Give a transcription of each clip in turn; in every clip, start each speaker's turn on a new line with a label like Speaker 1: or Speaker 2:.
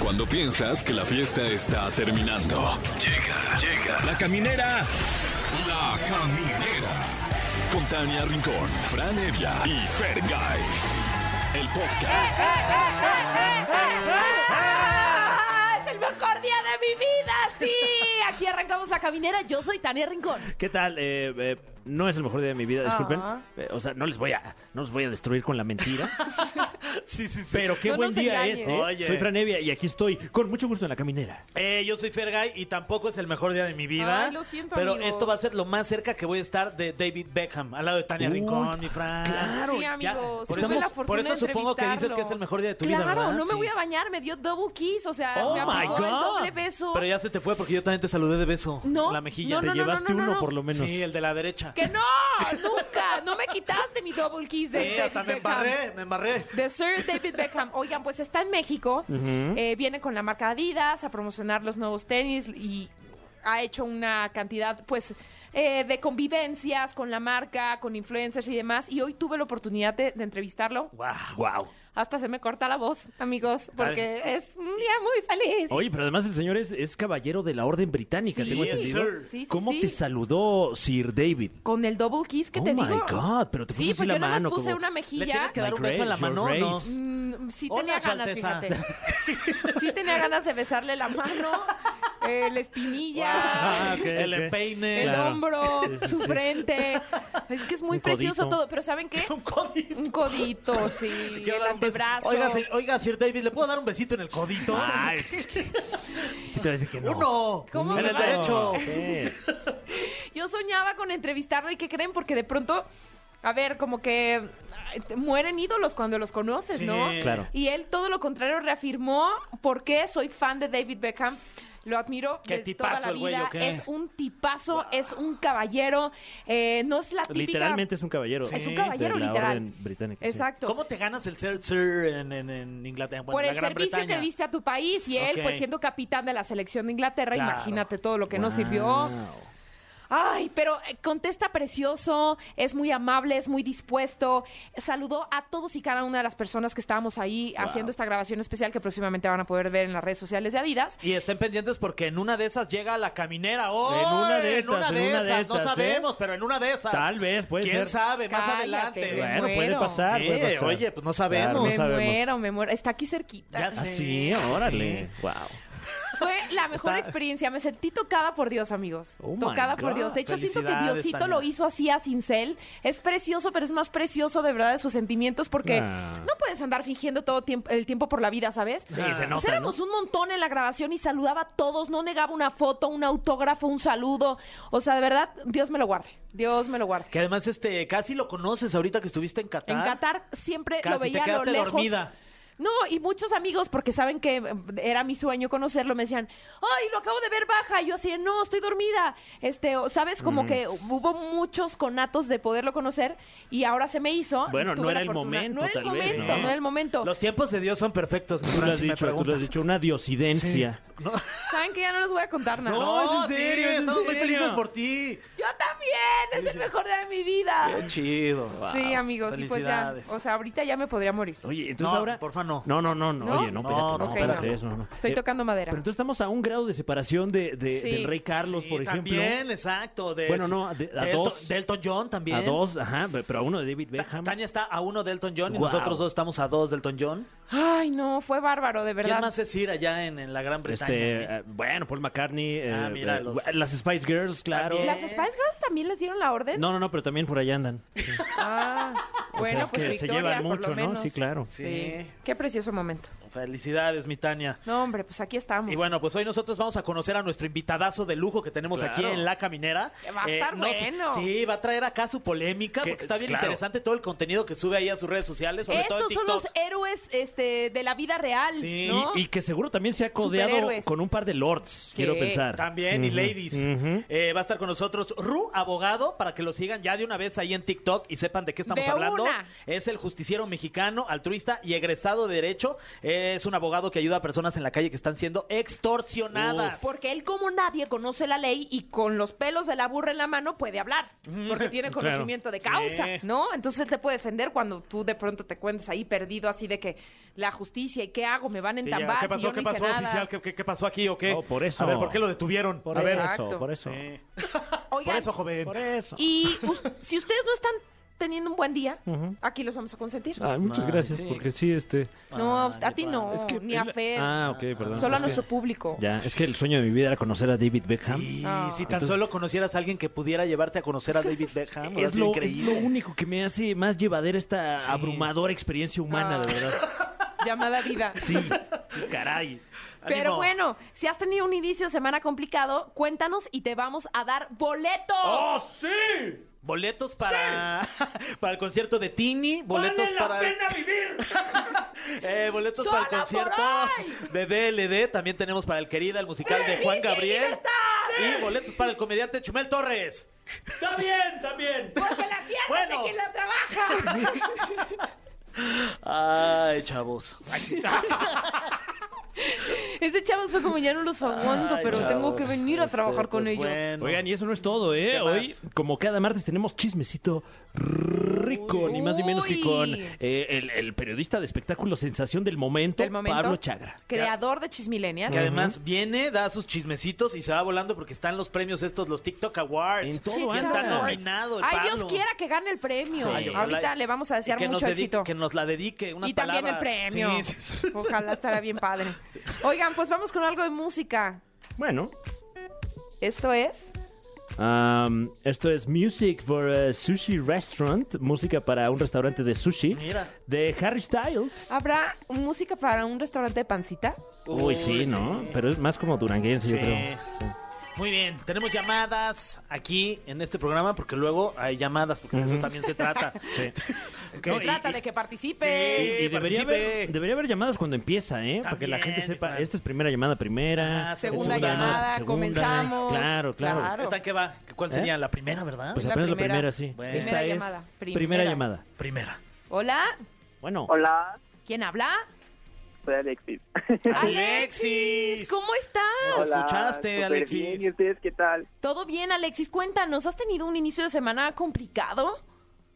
Speaker 1: Cuando piensas que la fiesta está terminando. Llega, llega. La caminera. La caminera. Con Tania Rincón, Fran Evia y Fergay. El podcast.
Speaker 2: ¡Ah, ¡Es el mejor día de mi vida! ¡Sí! Aquí arrancamos la caminera. Yo soy Tania Rincón.
Speaker 3: ¿Qué tal? Eh, eh, no es el mejor día de mi vida, disculpen.
Speaker 2: Ah.
Speaker 3: Eh, o sea, no les voy a, no los voy a destruir con la mentira. sí, sí, sí. Pero qué
Speaker 2: No
Speaker 3: buen
Speaker 2: nos
Speaker 3: día
Speaker 2: engañes.
Speaker 3: es. ¿eh?
Speaker 4: Oye.
Speaker 3: Soy Franevia y aquí estoy con mucho gusto en la caminera.
Speaker 4: Eh, yo soy Fergay y tampoco es el mejor día de mi vida.
Speaker 2: Ay, lo siento,
Speaker 4: Pero
Speaker 2: amigos.
Speaker 4: esto va a ser lo más cerca que voy a estar de David Beckham, al lado de Tania
Speaker 3: Uy,
Speaker 4: Rincón, mi Fran.
Speaker 3: claro.
Speaker 2: Sí,
Speaker 4: Ya,
Speaker 2: amigos.
Speaker 4: por,
Speaker 2: tuve
Speaker 4: eso,
Speaker 2: la
Speaker 4: por
Speaker 2: fortuna
Speaker 4: eso
Speaker 2: de
Speaker 4: supongo que dices que es el
Speaker 2: entrevistarlo.
Speaker 4: mejor día de tu vida,
Speaker 2: Claro,
Speaker 4: ¿verdad?
Speaker 2: no me
Speaker 4: Sí.
Speaker 2: voy a bañar. Me dio double kiss. O sea,
Speaker 3: Oh
Speaker 2: me
Speaker 3: my
Speaker 2: aplicó el
Speaker 3: God.
Speaker 2: doble beso.
Speaker 4: Pero ya se te fue porque yo también te saludé de beso.
Speaker 2: No,
Speaker 4: en La mejilla.
Speaker 2: no,
Speaker 3: Te
Speaker 2: no, no,
Speaker 3: llevaste
Speaker 2: no,
Speaker 3: uno
Speaker 2: no.
Speaker 3: por lo menos.
Speaker 4: Sí, el de la derecha.
Speaker 2: ¡Que no! ¡Nunca! No me quitaste mi double kiss. de
Speaker 4: Sí, Eh, hasta
Speaker 2: David
Speaker 4: me
Speaker 2: este Beckham.
Speaker 4: embarré, me embarré.
Speaker 2: De Sir David Beckham. Oigan, pues está en México. Eh, viene con la marca Adidas a promocionar los nuevos tenis y ha hecho una cantidad, pues, eh, de convivencias con la marca, con influencers y demás. Y hoy tuve la oportunidad de, de entrevistarlo.
Speaker 4: Wow, wow.
Speaker 2: Hasta se me corta la voz, amigos, porque es un día muy feliz.
Speaker 3: Oye, pero además el señor es, es caballero de la Orden Británica,
Speaker 4: Sí,
Speaker 3: tengo entendido.
Speaker 4: sir.
Speaker 2: Sí, sí,
Speaker 3: ¿Cómo
Speaker 2: sí.
Speaker 3: te saludó Sir David?
Speaker 2: Con el double kiss que
Speaker 3: oh
Speaker 2: te
Speaker 3: my
Speaker 2: digo.
Speaker 3: God, pero te puso
Speaker 2: sí,
Speaker 3: así
Speaker 2: pues
Speaker 3: la
Speaker 2: yo nada más
Speaker 3: mano.
Speaker 2: puse
Speaker 3: como-
Speaker 2: una
Speaker 4: ¿Le
Speaker 2: mejilla.
Speaker 4: tienes que dar un
Speaker 3: My
Speaker 4: beso en la
Speaker 3: grace,
Speaker 4: mano o
Speaker 3: your
Speaker 4: no?
Speaker 3: grace.
Speaker 2: Mm, sí
Speaker 4: Hola,
Speaker 2: tenía
Speaker 4: Su
Speaker 2: ganas,
Speaker 4: Alteza.
Speaker 2: fíjate. Sí tenía ganas de besarle la mano, eh, la espinilla,
Speaker 3: Ah, ok,
Speaker 4: el
Speaker 3: ok.
Speaker 4: empeine.
Speaker 2: el
Speaker 3: claro.
Speaker 2: hombro,
Speaker 3: Sí, sí,
Speaker 2: su
Speaker 3: sí.
Speaker 2: frente. Es que es muy
Speaker 3: Un
Speaker 2: precioso
Speaker 3: codito.
Speaker 2: todo, pero ¿saben qué?
Speaker 4: Un codito.
Speaker 2: Un codito, sí,
Speaker 4: Quiero
Speaker 2: el
Speaker 4: dar un beso.
Speaker 2: antebrazo.
Speaker 4: Oiga, se- oiga, Sir David, ¿le puedo dar un besito en el codito?
Speaker 3: Ay, sí te voy a decir que no.
Speaker 4: Uno.
Speaker 2: ¿Cómo
Speaker 4: En
Speaker 2: me
Speaker 4: el
Speaker 2: va?
Speaker 4: derecho.
Speaker 3: Sí.
Speaker 2: Yo soñaba con entrevistarlo y ¿qué creen? Porque de pronto, a ver, como que ay, te- mueren ídolos cuando los conoces,
Speaker 4: Sí.
Speaker 2: ¿no?
Speaker 3: Claro.
Speaker 2: Y él todo lo contrario reafirmó por qué soy fan de David Beckham. Lo admiro
Speaker 4: Qué
Speaker 2: de
Speaker 4: tipazo
Speaker 2: toda la
Speaker 4: el güey,
Speaker 2: vida.
Speaker 4: ¿o qué?
Speaker 2: Es un tipazo, es un caballero. eh, no es la típica.
Speaker 3: Literalmente es un caballero.
Speaker 4: Sí. Es un
Speaker 2: caballero,
Speaker 3: de la
Speaker 2: literal.
Speaker 3: Orden Británica. sí.
Speaker 2: Exacto.
Speaker 4: ¿Cómo te ganas el ser sir en, en- en Inglaterra? Bueno,
Speaker 2: por
Speaker 4: la
Speaker 2: el
Speaker 4: Gran
Speaker 2: servicio
Speaker 4: Bretaña.
Speaker 2: que diste a tu país y él,
Speaker 4: Ok.
Speaker 2: pues siendo capitán de la selección de Inglaterra,
Speaker 4: Claro.
Speaker 2: imagínate todo lo que nos sirvió.
Speaker 3: Wow.
Speaker 2: Ay, pero eh, contesta precioso, es muy amable, es muy dispuesto. Saludó a todos y cada una de las personas que estábamos ahí haciendo esta grabación especial que próximamente van a poder ver en las redes sociales de Adidas.
Speaker 4: Y estén pendientes porque en una de esas llega la caminera. ¡Oh!
Speaker 3: En una de
Speaker 4: En una
Speaker 3: esas,
Speaker 4: de,
Speaker 3: en una de
Speaker 4: esas. No
Speaker 3: esas, ¿eh?
Speaker 4: sabemos, pero en una de esas.
Speaker 3: Tal vez, puede
Speaker 4: ¿Quién
Speaker 3: ser.
Speaker 4: sabe? Más
Speaker 2: Cállate,
Speaker 4: adelante.
Speaker 2: güey.
Speaker 3: Bueno, puede
Speaker 2: muero.
Speaker 3: pasar, puede
Speaker 4: Sí,
Speaker 3: pasar.
Speaker 4: oye, pues no sabemos.
Speaker 3: Claro, no
Speaker 2: me
Speaker 3: sabemos.
Speaker 2: muero, me muero. Está aquí cerquita.
Speaker 4: Ya
Speaker 3: Ah,
Speaker 4: sé.
Speaker 3: sí, órale.
Speaker 4: Sí.
Speaker 3: Wow.
Speaker 2: Fue la mejor
Speaker 4: Está-
Speaker 2: experiencia. Me sentí tocada por Dios, amigos.
Speaker 3: Oh my
Speaker 2: tocada por
Speaker 3: God.
Speaker 2: Dios. De hecho, siento que
Speaker 4: Felicidades,
Speaker 2: Diosito
Speaker 4: Tania.
Speaker 2: lo hizo así a cincel. Es precioso, pero es más precioso de verdad de sus sentimientos porque
Speaker 3: Nah.
Speaker 2: no puedes andar fingiendo todo tiemp- el tiempo por la vida, ¿sabes?
Speaker 3: Sí, se
Speaker 2: Pues
Speaker 3: nota, ¿no?
Speaker 2: éramos un montón en la grabación y saludaba a todos, no negaba una foto, un autógrafo, un saludo. O sea, de verdad, Dios me lo guarde. Dios me lo guarde.
Speaker 4: Que además este casi lo conoces ahorita que estuviste en Qatar.
Speaker 2: En Qatar siempre
Speaker 4: Casi
Speaker 2: lo
Speaker 4: te
Speaker 2: veía a lo
Speaker 4: quedaste
Speaker 2: lejos.
Speaker 4: dormida.
Speaker 2: No, y muchos amigos, porque saben que eh, era mi sueño conocerlo, me decían, ay, lo acabo de ver baja. Y yo así, no, estoy dormida. Este, o- sabes, como
Speaker 3: Mm.
Speaker 2: que hubo muchos conatos de poderlo conocer y ahora se me hizo.
Speaker 3: Bueno,
Speaker 2: Tuve
Speaker 3: no era
Speaker 2: la
Speaker 3: el
Speaker 2: fortuna.
Speaker 3: momento,
Speaker 2: No era el
Speaker 3: tal vez,
Speaker 2: momento,
Speaker 3: ¿no?
Speaker 2: no era el momento.
Speaker 4: Los tiempos de Dios son perfectos, mi
Speaker 3: Tú
Speaker 4: Fran,
Speaker 3: lo has
Speaker 4: si me
Speaker 3: dicho, tú lo
Speaker 4: preguntas.
Speaker 3: has dicho, una diosidencia.
Speaker 2: Saben que ya no les voy a contar nada.
Speaker 3: No, es en serio, es en
Speaker 4: estamos muy
Speaker 3: serio.
Speaker 4: felices por ti.
Speaker 2: Yo también, es el mejor día de mi vida.
Speaker 4: Qué chido.
Speaker 2: Sí,
Speaker 4: Wow.
Speaker 2: amigos, y pues ya,
Speaker 4: Felicidades.
Speaker 2: o sea, ahorita ya me podría morir.
Speaker 3: Oye, entonces
Speaker 4: No,
Speaker 3: ahora.
Speaker 4: porfa, no.
Speaker 3: No, no, no, no.
Speaker 2: ¿No?
Speaker 3: Oye, no,
Speaker 4: No,
Speaker 3: espérate, no,
Speaker 4: no,
Speaker 3: espérate,
Speaker 2: espérate.
Speaker 3: eso, no, no.
Speaker 2: Estoy
Speaker 3: Eh,
Speaker 2: tocando madera.
Speaker 3: Pero entonces estamos a un grado de separación de, de-
Speaker 2: Sí.
Speaker 3: del Rey Carlos,
Speaker 4: Sí,
Speaker 3: por ejemplo.
Speaker 4: También, exacto. de-
Speaker 3: Bueno, no, de- a
Speaker 4: Delton-
Speaker 3: dos.
Speaker 4: Delton John también.
Speaker 3: A dos, ajá, pero a uno de David Beckham.
Speaker 4: Tania está a uno Delton John y
Speaker 3: Wow.
Speaker 4: nosotros dos estamos a dos Delton John.
Speaker 2: Ay, no, fue bárbaro, de verdad.
Speaker 4: ¿Quién más es ir allá en, en la Gran Bretaña?
Speaker 3: Este, eh, bueno, Paul McCartney, eh,
Speaker 4: Ah, mira,
Speaker 3: eh,
Speaker 4: los-
Speaker 3: las Spice Girls, claro.
Speaker 4: También.
Speaker 2: ¿Las Spice Girls también les dieron la orden?
Speaker 3: No, no, no, pero también por allá andan.
Speaker 2: Ah,
Speaker 3: O
Speaker 2: bueno,
Speaker 3: sea,
Speaker 2: pues
Speaker 3: es que
Speaker 2: victoria,
Speaker 3: se llevan
Speaker 2: por
Speaker 3: mucho,
Speaker 2: lo
Speaker 3: ¿no?
Speaker 2: menos.
Speaker 3: Sí, claro.
Speaker 2: Sí.
Speaker 4: Sí.
Speaker 2: Qué precioso momento.
Speaker 3: eh,
Speaker 4: Felicidades, mi Tania.
Speaker 2: No, hombre, pues aquí estamos.
Speaker 4: Y bueno, pues hoy nosotros vamos a conocer a nuestro invitadazo de lujo que tenemos
Speaker 3: Claro.
Speaker 4: aquí en La Caminera. Eh,
Speaker 2: Que va a estar
Speaker 4: sé-
Speaker 2: bueno.
Speaker 4: sí, va a traer acá su polémica
Speaker 3: Que-
Speaker 4: porque está bien
Speaker 3: claro.
Speaker 4: interesante todo el contenido que sube ahí a sus redes sociales, sobre todo en
Speaker 2: Estos son
Speaker 4: TikTok.
Speaker 2: los héroes este, de la vida real,
Speaker 4: Sí.
Speaker 2: ¿no?
Speaker 3: Y, y que seguro también se ha codeado
Speaker 2: Superhéroes.
Speaker 3: con un par de lords, quiero pensar.
Speaker 4: También, y ladies. Eh, va a estar con nosotros Ru Abogado para que lo sigan ya de una vez ahí en TikTok y sepan de qué estamos
Speaker 2: De
Speaker 4: hablando.
Speaker 2: una.
Speaker 4: Es el justiciero mexicano, altruista y egresado de Derecho. Eh, Es un abogado que ayuda a personas en la calle que están siendo extorsionadas.
Speaker 2: Porque él como nadie conoce la ley y con los pelos de la burra en la mano puede hablar, porque tiene
Speaker 3: Claro.
Speaker 2: conocimiento de causa,
Speaker 4: Sí.
Speaker 2: ¿no? Entonces él te puede defender cuando tú de pronto te cuentes ahí perdido así de que la justicia y qué hago, me van a
Speaker 4: Sí, ya.
Speaker 2: entambar,
Speaker 4: ¿Qué
Speaker 2: si
Speaker 4: pasó?
Speaker 2: yo no
Speaker 4: ¿Qué
Speaker 2: hice
Speaker 4: pasó,
Speaker 2: nada.
Speaker 4: oficial? ¿Qué, qué, qué pasó aquí o qué?
Speaker 3: No, por eso.
Speaker 4: A ver, ¿por qué lo detuvieron?
Speaker 3: Por
Speaker 4: a ver.
Speaker 3: eso,
Speaker 2: Exacto.
Speaker 3: por eso.
Speaker 4: Sí.
Speaker 2: Oigan,
Speaker 4: Por eso, joven.
Speaker 3: Por eso.
Speaker 2: y us- si ustedes no están teniendo un buen día, aquí los vamos a consentir.
Speaker 5: Ay, muchas
Speaker 3: Ay,
Speaker 5: gracias,
Speaker 3: sí.
Speaker 5: porque sí, este...
Speaker 2: no,
Speaker 4: Ah,
Speaker 2: a ti
Speaker 4: qué
Speaker 2: no,
Speaker 4: padre.
Speaker 5: es que
Speaker 2: ni a
Speaker 5: el-
Speaker 2: Fer,
Speaker 3: Ah, ok, perdón.
Speaker 2: solo a
Speaker 3: Es que-
Speaker 2: nuestro público.
Speaker 3: Ya, es que el sueño de mi vida era conocer a David Beckham.
Speaker 4: Y
Speaker 2: Ah.
Speaker 4: si tan
Speaker 3: Entonces-
Speaker 4: solo conocieras a alguien que pudiera llevarte a conocer a David Beckham, hubiera
Speaker 3: Es
Speaker 4: sido
Speaker 3: lo, es
Speaker 4: increíble.
Speaker 3: lo único que me hace más llevadera esta abrumadora experiencia humana,
Speaker 2: Ah.
Speaker 3: de verdad.
Speaker 2: Llamada vida.
Speaker 3: Sí, caray.
Speaker 2: Pero
Speaker 4: Ánimo.
Speaker 2: bueno, si has tenido un inicio de semana complicado, cuéntanos y te vamos a dar boletos.
Speaker 4: ¡Oh, sí! Boletos para, para el concierto de Tini, boletos para. Eh, boletos para el
Speaker 2: ¡Sola
Speaker 4: concierto
Speaker 2: por
Speaker 4: de DLD. También tenemos para el querida, el musical de Juan
Speaker 2: ¡Justicia y
Speaker 4: Gabriel.
Speaker 2: libertad!
Speaker 4: Y boletos para el comediante Chumel Torres. También, también.
Speaker 2: Porque la tierra es de
Speaker 4: Bueno.
Speaker 2: quien la trabaja.
Speaker 4: Ay, chavos.
Speaker 2: Ese chavo fue como ya no los aguanto,
Speaker 4: Ay,
Speaker 2: pero tengo
Speaker 4: chavos.
Speaker 2: que venir a
Speaker 4: Este,
Speaker 2: trabajar con
Speaker 4: pues,
Speaker 2: ellos.
Speaker 4: bueno.
Speaker 3: Oigan, y eso no es todo, ¿eh?
Speaker 4: ¿Qué
Speaker 3: Hoy,
Speaker 4: más?
Speaker 3: como cada martes, tenemos chismecito rico, ni más ni menos que con
Speaker 2: Uy.
Speaker 3: eh, el, el periodista de espectáculo sensación del momento,
Speaker 2: Del momento.
Speaker 3: Pablo Chagra.
Speaker 2: Creador de Chismilenia.
Speaker 4: Que además viene, da sus chismecitos y se va volando porque están los premios estos, los TikTok Awards.
Speaker 3: En todo
Speaker 4: Y
Speaker 3: anda.
Speaker 4: está nominado el
Speaker 2: Ay,
Speaker 4: Pablo.
Speaker 2: Dios quiera que gane el premio.
Speaker 3: Sí.
Speaker 4: ojalá.
Speaker 2: Ahorita le vamos a
Speaker 4: Y
Speaker 2: desear
Speaker 4: que nos
Speaker 2: mucho
Speaker 4: dedique-
Speaker 2: éxito.
Speaker 4: Que nos la dedique, unas
Speaker 2: Y también el
Speaker 4: palabras.
Speaker 2: premio.
Speaker 4: Sí, sí, sí.
Speaker 2: Ojalá estará bien padre. Oigan, pues vamos con algo de música.
Speaker 3: Bueno,
Speaker 2: Esto es.
Speaker 3: am, esto es Music for a Sushi Restaurant, música para un restaurante de sushi,
Speaker 4: Mira.
Speaker 3: de Harry Styles.
Speaker 2: ¿Habrá música para un restaurante de pancita?
Speaker 3: Uy, sí,
Speaker 4: Uy,
Speaker 3: ¿no?
Speaker 4: sí.
Speaker 3: Pero es más como duranguense, yo
Speaker 4: Sí.
Speaker 3: creo.
Speaker 4: Eh, Muy bien, tenemos llamadas aquí en este programa porque luego hay llamadas, porque de eso también se trata.
Speaker 3: Sí.
Speaker 4: Ok.
Speaker 2: Se trata de que participe.
Speaker 4: Sí.
Speaker 3: Y, y debería,
Speaker 4: participe.
Speaker 3: haber, debería haber llamadas cuando empieza, ¿eh? Para que la gente
Speaker 4: También,
Speaker 3: sepa,
Speaker 4: claro.
Speaker 3: esta es primera llamada, primera.
Speaker 4: Ajá,
Speaker 2: Segunda,
Speaker 4: Segunda
Speaker 2: llamada,
Speaker 4: llamada,
Speaker 3: segunda.
Speaker 2: comenzamos.
Speaker 3: Claro, claro.
Speaker 2: Claro.
Speaker 4: ¿Esta en qué va? ¿Cuál
Speaker 3: ¿Eh?
Speaker 4: sería? ¿La primera, verdad?
Speaker 3: Pues
Speaker 2: La
Speaker 3: apenas
Speaker 2: primera.
Speaker 3: la primera, sí.
Speaker 4: Bueno.
Speaker 3: Esta
Speaker 2: Primera
Speaker 3: es
Speaker 2: llamada,
Speaker 3: primera.
Speaker 2: primera.
Speaker 3: llamada.
Speaker 4: primera.
Speaker 2: Hola,
Speaker 3: Bueno,
Speaker 6: Hola,
Speaker 2: ¿quién habla?
Speaker 6: soy Alexis.
Speaker 4: Alexis.
Speaker 2: ¿Cómo estás?
Speaker 6: Hola,
Speaker 4: escuchaste,
Speaker 6: súper
Speaker 4: Alexis?
Speaker 6: bien, ¿Y ustedes qué tal?
Speaker 2: ¿Todo bien, Alexis? Cuéntanos, ¿has tenido un inicio de semana complicado?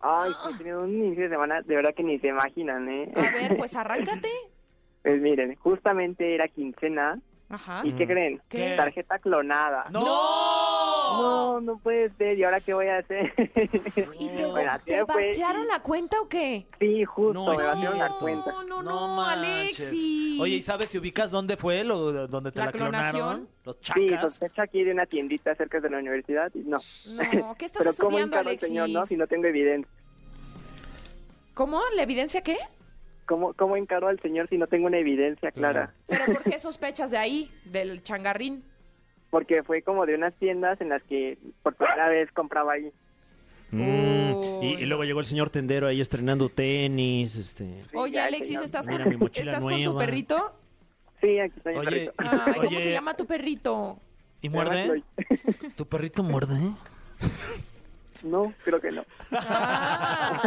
Speaker 6: Ay, sí, he tenido un inicio de semana, de verdad que ni se imaginan, ¿eh?
Speaker 2: A ver, pues arráncate.
Speaker 6: Pues miren, justamente era quincena.
Speaker 2: Ajá.
Speaker 6: ¿Y qué creen?
Speaker 2: ¿Qué?
Speaker 6: Tarjeta clonada.
Speaker 4: ¡No!
Speaker 6: No, no puede ser. ¿Y ahora qué voy a hacer?
Speaker 2: ¿Y te,
Speaker 6: Bueno, así pues.
Speaker 2: te
Speaker 6: fue,
Speaker 2: vaciaron
Speaker 6: sí.
Speaker 2: la cuenta o qué?
Speaker 6: Sí, justo,
Speaker 3: No,
Speaker 6: me
Speaker 3: es
Speaker 6: vaciaron la
Speaker 3: cierto.
Speaker 6: cuenta.
Speaker 2: No, no,
Speaker 4: No
Speaker 2: no,
Speaker 4: manches.
Speaker 2: Alexis.
Speaker 4: Oye, ¿y sabes si ubicas dónde fue lo, donde te la,
Speaker 2: La clonación.
Speaker 4: clonaron? Los
Speaker 6: Sí,
Speaker 4: chacas.
Speaker 6: sospecho aquí de una tiendita cerca de la universidad. y No.
Speaker 2: No, ¿qué estás
Speaker 6: Pero ¿cómo
Speaker 2: estudiando,
Speaker 6: encargo al
Speaker 2: Alexis?
Speaker 6: señor, no? Si no tengo evidencia.
Speaker 2: ¿Cómo? ¿La evidencia qué?
Speaker 6: ¿Cómo, cómo encargo al señor si no tengo una evidencia clara?
Speaker 2: ¿Pero por qué sospechas de ahí, del changarrín?
Speaker 6: porque fue como de unas tiendas en las que por primera vez compraba ahí.
Speaker 3: mm,
Speaker 2: Uy.
Speaker 3: y, y luego llegó el señor tendero ahí estrenando tenis, este...
Speaker 6: Sí,
Speaker 2: Oye,
Speaker 6: ya,
Speaker 2: Alexis,
Speaker 6: señor.
Speaker 2: ¿estás,
Speaker 3: Mira
Speaker 2: con,
Speaker 3: mi mochila
Speaker 2: ¿estás con tu
Speaker 3: nueva.
Speaker 2: perrito?
Speaker 6: Sí, aquí está mi
Speaker 4: Oye,
Speaker 6: perrito.
Speaker 2: Ay, ¿cómo
Speaker 4: Oye.
Speaker 2: se llama tu perrito?
Speaker 4: ¿Y
Speaker 6: Se llama
Speaker 4: muerde? ¿Tu perrito muerde?
Speaker 6: Chloe. No, creo que no.
Speaker 2: Ah,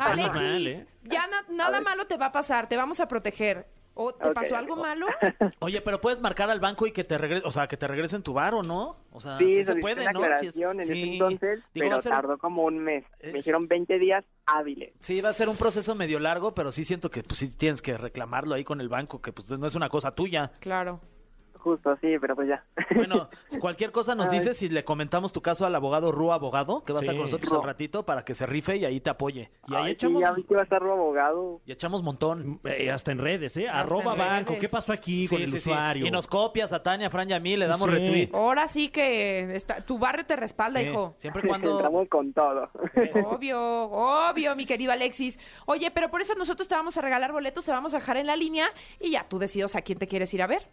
Speaker 2: Alexis,
Speaker 3: mal, ¿eh?
Speaker 2: ya na- nada malo te va a pasar, te vamos a proteger. ¿O te
Speaker 6: Ok,
Speaker 2: pasó algo
Speaker 6: ok.
Speaker 2: malo?
Speaker 4: Oye, pero puedes marcar al banco y que te regrese, o sea, que te regresen tu bar o no? O sea,
Speaker 6: Sí,
Speaker 4: Ah, sí se
Speaker 6: solicité
Speaker 4: puede,
Speaker 6: una
Speaker 4: ¿no? Si es-
Speaker 6: aclaración en
Speaker 4: sí.
Speaker 6: ese entonces,
Speaker 4: Digo, va
Speaker 6: pero
Speaker 4: a ser-
Speaker 6: tardó como un mes.
Speaker 4: Es-
Speaker 6: Me dijeron 20 días hábiles.
Speaker 4: Sí, va a ser un proceso medio largo, pero sí siento que pues, sí tienes que reclamarlo ahí con el banco, que pues no es una cosa tuya.
Speaker 2: Claro.
Speaker 6: Justo, sí, pero pues ya.
Speaker 4: Bueno, cualquier cosa nos
Speaker 6: Ay.
Speaker 4: dices si le comentamos tu caso al abogado Ru Abogado, que va a estar
Speaker 3: Sí.
Speaker 4: con nosotros al ratito para que se rife y ahí te apoye.
Speaker 3: Y ahí
Speaker 6: Ay, sí,
Speaker 3: echamos...
Speaker 6: ya vi que iba a estar abogado.
Speaker 4: Y echamos montón.
Speaker 3: eh, hasta en redes, ¿eh?
Speaker 2: Hasta
Speaker 3: Arroba
Speaker 2: en
Speaker 3: banco.
Speaker 2: redes.
Speaker 3: ¿Qué pasó aquí con
Speaker 4: Sí,
Speaker 3: el
Speaker 4: sí, sí.
Speaker 3: usuario?
Speaker 4: Y nos copias a Tania, Fran y a mí, le
Speaker 3: Sí,
Speaker 4: damos
Speaker 3: sí.
Speaker 4: retweet.
Speaker 2: Ahora sí que está- tu barrio te respalda,
Speaker 4: Sí,
Speaker 2: hijo.
Speaker 4: Siempre y cuando...
Speaker 6: Entramos con todo.
Speaker 2: Obvio, obvio, mi querido Alexis. Oye, pero por eso nosotros te vamos a regalar boletos, te vamos a dejar en la línea y ya tú decidas a quién te quieres ir a ver.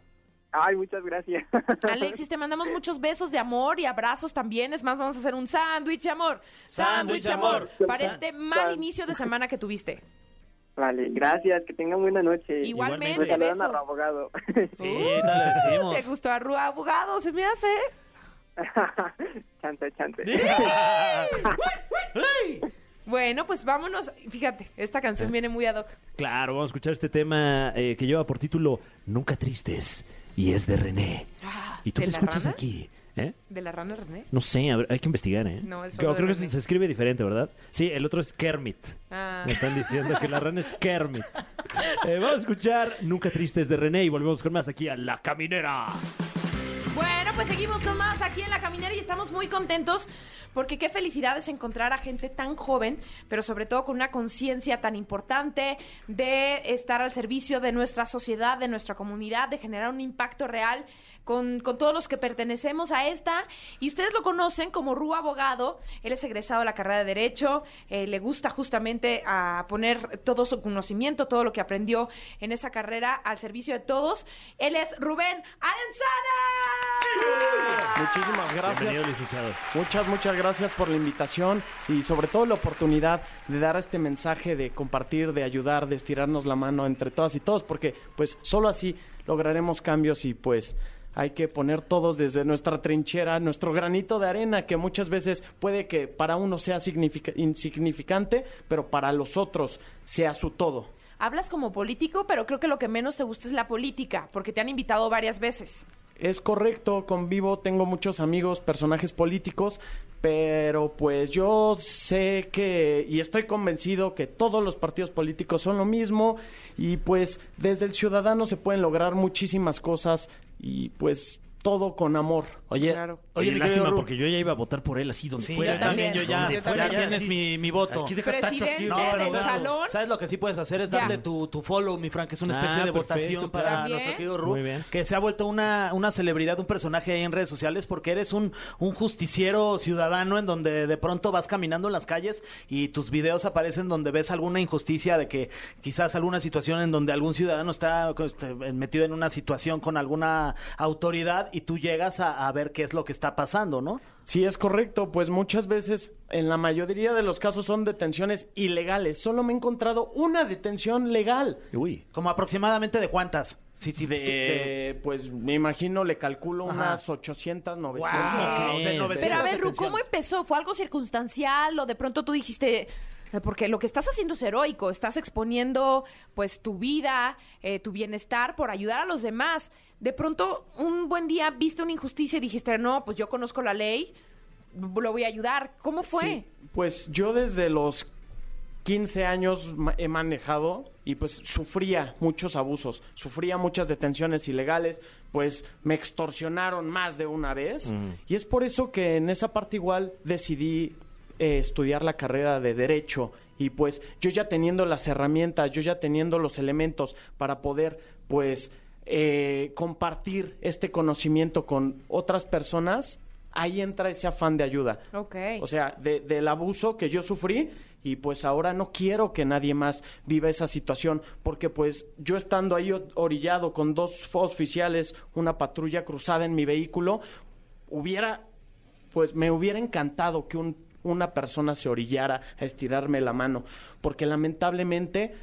Speaker 6: Ay, muchas gracias.
Speaker 2: Alexis, te mandamos muchos besos de amor y abrazos también. Es más, vamos a hacer un sándwich de amor. Sándwich de amor.
Speaker 6: amor.
Speaker 2: Para este mal
Speaker 6: Sándwich.
Speaker 2: inicio de semana que tuviste.
Speaker 6: Vale, gracias. Que tengan buena noche.
Speaker 2: Igualmente,
Speaker 6: Me saludan
Speaker 2: besos.
Speaker 6: al abogado.
Speaker 4: Sí, te lo decimos.
Speaker 2: Te gustó Arrua, abogado, se me hace.
Speaker 6: chance, chance.
Speaker 4: ¡Ay!
Speaker 2: Bueno, pues vámonos. Fíjate, esta
Speaker 3: Ah.
Speaker 2: canción viene muy ad hoc.
Speaker 3: Claro, vamos a escuchar este tema eh, que lleva por título Nunca Tristes y es de René.
Speaker 2: Ah,
Speaker 3: ¿Y tú
Speaker 2: ¿de
Speaker 3: lo
Speaker 2: la
Speaker 3: escuchas
Speaker 2: rana?
Speaker 3: aquí? ¿Eh?
Speaker 2: ¿De la rana René?
Speaker 3: No sé, a ver, hay que investigar, ¿eh?
Speaker 2: No, es solo
Speaker 3: Creo,
Speaker 2: de
Speaker 3: creo que
Speaker 2: René.
Speaker 3: se, se escribe diferente, ¿verdad? Sí, el otro es Kermit.
Speaker 2: Ah.
Speaker 3: Me están diciendo que la rana es Kermit. Eh, vamos a escuchar Nunca Tristes de René y volvemos con más aquí a La Caminera.
Speaker 2: Bueno, pues seguimos con más aquí en La Caminera y estamos muy contentos porque qué felicidad es encontrar a gente tan joven, pero sobre todo con una conciencia tan importante de estar al servicio de nuestra sociedad, de nuestra comunidad, de generar un impacto real con, con todos los que pertenecemos a esta. Y ustedes lo conocen como Rú Abogado, él es egresado de la carrera de Derecho, eh, le gusta justamente a poner todo su conocimiento, todo lo que aprendió en esa carrera al servicio de todos. Él es Rubén Alenzana.
Speaker 5: Muchísimas
Speaker 3: Bienvenido,
Speaker 5: gracias.
Speaker 3: licenciado.
Speaker 5: Muchas, muchas gracias por la invitación y sobre todo la oportunidad de dar este mensaje, de compartir, de ayudar, de estirarnos la mano entre todas y todos, porque pues solo así lograremos cambios y pues hay que poner todos desde nuestra trinchera, nuestro granito de arena, que muchas veces puede que para uno sea significa- insignificante, pero para los otros sea su todo.
Speaker 2: Hablas como político, pero creo que lo que menos te gusta es la política, porque te han invitado varias veces.
Speaker 5: Es correcto, convivo, tengo muchos amigos, personajes políticos, pero pues yo sé que y estoy convencido que todos los partidos políticos son lo mismo y pues desde el ciudadano se pueden lograr muchísimas cosas y pues todo con amor.
Speaker 4: Oye,
Speaker 2: Claro.
Speaker 3: Oye,
Speaker 4: mi
Speaker 3: lástima
Speaker 4: querido Ru-
Speaker 3: porque yo ya iba a votar por él así donde
Speaker 4: Sí,
Speaker 3: fuera. ¿eh?
Speaker 4: yo también, yo ya.
Speaker 3: Donde
Speaker 2: yo
Speaker 3: fuera,
Speaker 4: ya
Speaker 2: también.
Speaker 3: ya
Speaker 4: tienes
Speaker 3: así.
Speaker 4: mi, mi voto.
Speaker 3: Aquí deja tacho
Speaker 2: Presidente
Speaker 3: aquí.
Speaker 4: No,
Speaker 2: del
Speaker 4: no, no.
Speaker 2: salón.
Speaker 4: ¿Sabes lo que sí puedes hacer? Es
Speaker 2: Ya.
Speaker 4: darle tu, tu follow, mi Frank. Es una especie
Speaker 3: Ah,
Speaker 4: de
Speaker 3: perfecto,
Speaker 4: votación para
Speaker 2: ¿También?
Speaker 4: nuestro querido Ru,
Speaker 3: Muy bien.
Speaker 4: que se ha vuelto una, una celebridad, un personaje ahí en redes sociales, porque eres un, un justiciero ciudadano en donde de pronto vas caminando en las calles y tus videos aparecen donde ves alguna injusticia de que quizás alguna situación en donde algún ciudadano está este, metido en una situación con alguna autoridad y tú llegas a, a ver qué es lo que está pasando, ¿no?
Speaker 5: Sí, es correcto, pues muchas veces, en la mayoría de los casos son detenciones ilegales. Solo me he encontrado una detención legal.
Speaker 3: Uy.
Speaker 4: Como aproximadamente de cuántas. City de, de-
Speaker 5: Eh, pues me imagino, le calculo
Speaker 4: Ajá.
Speaker 5: unas 800, 900.
Speaker 4: Wow, de
Speaker 3: Sí,
Speaker 4: 900
Speaker 2: Pero a ver, Ru,
Speaker 4: detenciones.
Speaker 2: ¿cómo empezó? ¿Fue algo circunstancial o de pronto tú dijiste... eh, Porque lo que estás haciendo es heroico, estás exponiendo pues tu vida, eh, tu bienestar por ayudar a los demás. De pronto un buen día viste una injusticia y dijiste, no, pues yo conozco la ley, lo voy a ayudar. ¿Cómo fue?
Speaker 5: Sí, pues yo desde los 15 años ma- he manejado y pues sufría muchos abusos, sufría muchas detenciones ilegales, pues me extorsionaron más de una vez y es por eso que en esa parte igual decidí eh, estudiar la carrera de derecho y pues yo ya teniendo las herramientas, yo ya teniendo los elementos para poder pues eh, compartir este conocimiento con otras personas, ahí entra ese afán de ayuda.
Speaker 2: Ok.
Speaker 5: O sea, de- del abuso que yo sufrí y pues ahora no quiero que nadie más viva esa situación porque pues yo estando ahí o- orillado con dos oficiales, una patrulla cruzada en mi vehículo, hubiera, pues me hubiera encantado que un- una persona se orillara a estirarme la mano porque lamentablemente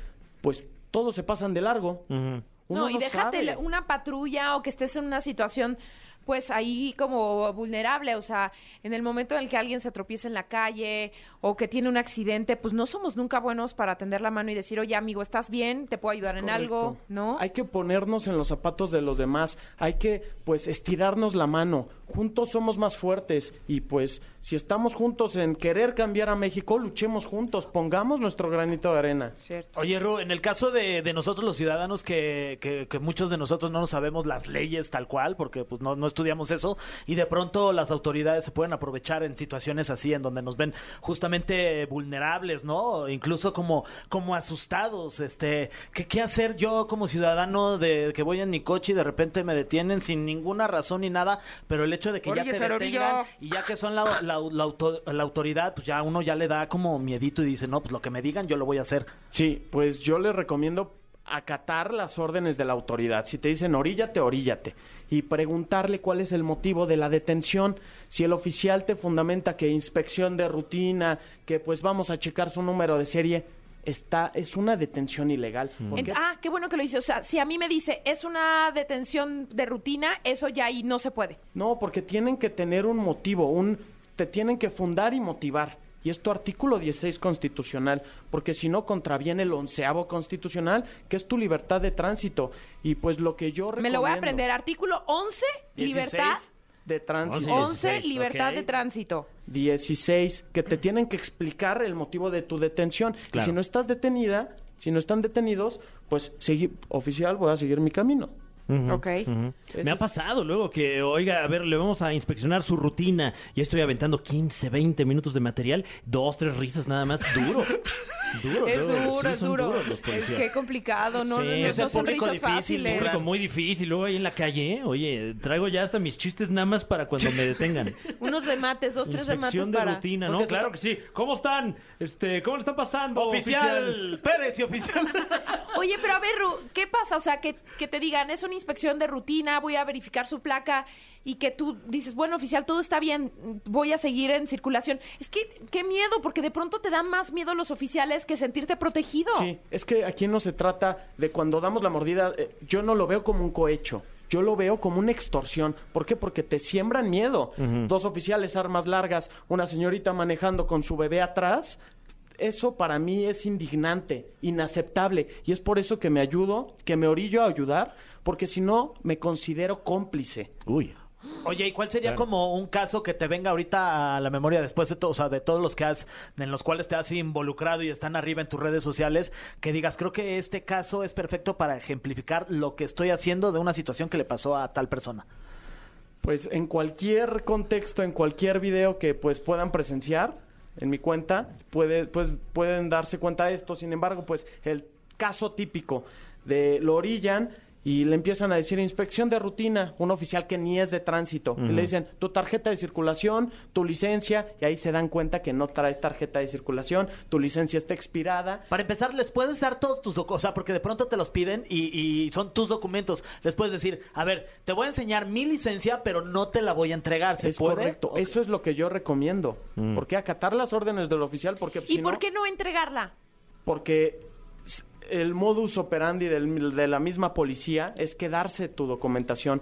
Speaker 5: pues todos se pasan de largo. Uno
Speaker 2: no, y déjate
Speaker 5: sabe.
Speaker 2: la- una patrulla o que estés en una situación pues ahí como vulnerable, o sea, en el momento en el que alguien se tropieza en la calle o que tiene un accidente, pues no somos nunca buenos para tender la mano y decir, oye amigo, ¿estás bien? ¿Te puedo ayudar en algo?
Speaker 5: Correcto.
Speaker 2: ¿No?
Speaker 5: Hay que ponernos en los zapatos de los demás, hay que pues estirarnos la mano, juntos somos más fuertes y pues si estamos juntos en querer cambiar a México, luchemos juntos, pongamos nuestro granito de arena.
Speaker 2: Cierto.
Speaker 4: Oye, Ru, en el caso de, de nosotros los ciudadanos, que, que- que muchos de nosotros no nos sabemos las leyes tal cual, porque pues no, no estudiamos eso, y de pronto las autoridades se pueden aprovechar en situaciones así, en donde nos ven justamente vulnerables, ¿no? Incluso como, como asustados, este, ¿qué, ¿qué hacer yo como ciudadano de que voy en mi coche y de repente me detienen sin ninguna razón ni nada, pero el hecho de que ya te detengan y ya que son la, la- la auto- la autoridad, pues ya uno ya le da como miedito y dice, no, pues lo que me digan yo lo voy a hacer.
Speaker 5: Sí, pues yo les recomiendo acatar las órdenes de la autoridad. Si te dicen oríllate, oríllate. Y preguntarle cuál es el motivo de la detención. Si el oficial te fundamenta que inspección de rutina, que pues vamos a checar su número de serie, está, es una detención ilegal. ¿Por
Speaker 2: En-
Speaker 5: qué?
Speaker 2: ah, qué bueno que lo dice. O sea, si a mí me dice es una detención de rutina, eso ya ahí no se puede.
Speaker 5: No, porque tienen que tener un motivo, un te tienen que fundar y motivar. Y es tu artículo 16 constitucional, porque si no contraviene el onceavo constitucional, que es tu libertad de tránsito. Y pues lo que yo
Speaker 2: Me lo voy a
Speaker 5: recomiendo-
Speaker 2: aprender. Artículo 11,
Speaker 5: 16
Speaker 2: libertad.
Speaker 5: de tránsito.
Speaker 2: 11,
Speaker 3: 16,
Speaker 2: libertad
Speaker 3: ok.
Speaker 2: de tránsito.
Speaker 5: 16, que te tienen que explicar el motivo de tu detención. Y
Speaker 3: Claro.
Speaker 5: si no estás detenida, si no están detenidos, pues seguí, oficial, voy a seguir mi camino.
Speaker 2: Ok.
Speaker 5: Ese
Speaker 3: Me ha
Speaker 5: es-
Speaker 3: pasado luego que, oiga, a ver, le vamos a inspeccionar su rutina. Ya estoy aventando 15, 20 minutos de material, dos, tres risas nada más, duro. Duro,
Speaker 2: Es
Speaker 3: luego. Sí,
Speaker 2: duro, es
Speaker 3: son
Speaker 2: duro.
Speaker 3: duros los
Speaker 2: Es
Speaker 3: policías.
Speaker 2: que complicado, no,
Speaker 3: Sí,
Speaker 2: no- no-
Speaker 3: ese
Speaker 2: no son
Speaker 4: público
Speaker 2: risas
Speaker 4: difícil,
Speaker 2: fáciles.
Speaker 3: Público muy difícil, luego ahí en la calle, ¿eh? oye, traigo ya hasta mis chistes nada más para cuando me detengan.
Speaker 2: Unos remates, dos, tres remates
Speaker 3: Inspección de
Speaker 2: para.
Speaker 3: rutina,
Speaker 4: Porque
Speaker 3: ¿no?
Speaker 4: tú
Speaker 3: Claro
Speaker 4: tra-
Speaker 3: que sí. ¿Cómo están? Este, ¿cómo le está pasando?
Speaker 4: Oficial Pérez y oficial.
Speaker 2: Oye, pero a ver, Ru, ¿qué pasa? O sea, que, que te digan, es una inspección de rutina, voy a verificar su placa y que tú dices, bueno, oficial, todo está bien, voy a seguir en circulación. Es que, qué miedo, porque de pronto te dan más miedo los oficiales que sentirte protegido.
Speaker 5: Sí, es que aquí no se trata de cuando damos la mordida, eh, yo no lo veo como un cohecho. Yo lo veo como una extorsión. ¿Por qué? Porque te siembran miedo. Dos oficiales, armas largas, una señorita manejando con su bebé atrás. Eso para mí es indignante, inaceptable. Y es por eso que me ayudo, que me orillo a ayudar, porque si no, me considero cómplice.
Speaker 3: Uy.
Speaker 4: Oye, ¿y cuál sería
Speaker 3: Claro.
Speaker 4: como un caso que te venga ahorita a la memoria después de todo, o sea, de todos los que has, en los cuales te has involucrado y están arriba en tus redes sociales, que digas, creo que este caso es perfecto para ejemplificar lo que estoy haciendo de una situación que le pasó a tal persona?
Speaker 5: Pues en cualquier contexto, en cualquier video que pues puedan presenciar en mi cuenta, puede, pues, pueden darse cuenta de esto. Sin embargo, pues el caso típico de lo orillan y le empiezan a decir inspección de rutina, un oficial que ni es de tránsito. Y le dicen tu tarjeta de circulación, tu licencia, y ahí se dan cuenta que no traes tarjeta de circulación, tu licencia está expirada.
Speaker 4: Para empezar, les puedes dar todos tus documentos, o sea, porque de pronto te los piden y, y son tus documentos. Les puedes decir, a ver, te voy a enseñar mi licencia, pero no te la voy a entregar. ¿Se
Speaker 5: Es
Speaker 4: puede?
Speaker 5: correcto,
Speaker 4: Ok.
Speaker 5: eso es lo que yo recomiendo. Porque acatar las órdenes del oficial, porque
Speaker 2: ¿Y
Speaker 5: si
Speaker 2: por
Speaker 5: no-
Speaker 2: qué no entregarla?
Speaker 5: Porque s- el modus operandi del- de la misma policía es quedarse tu documentación.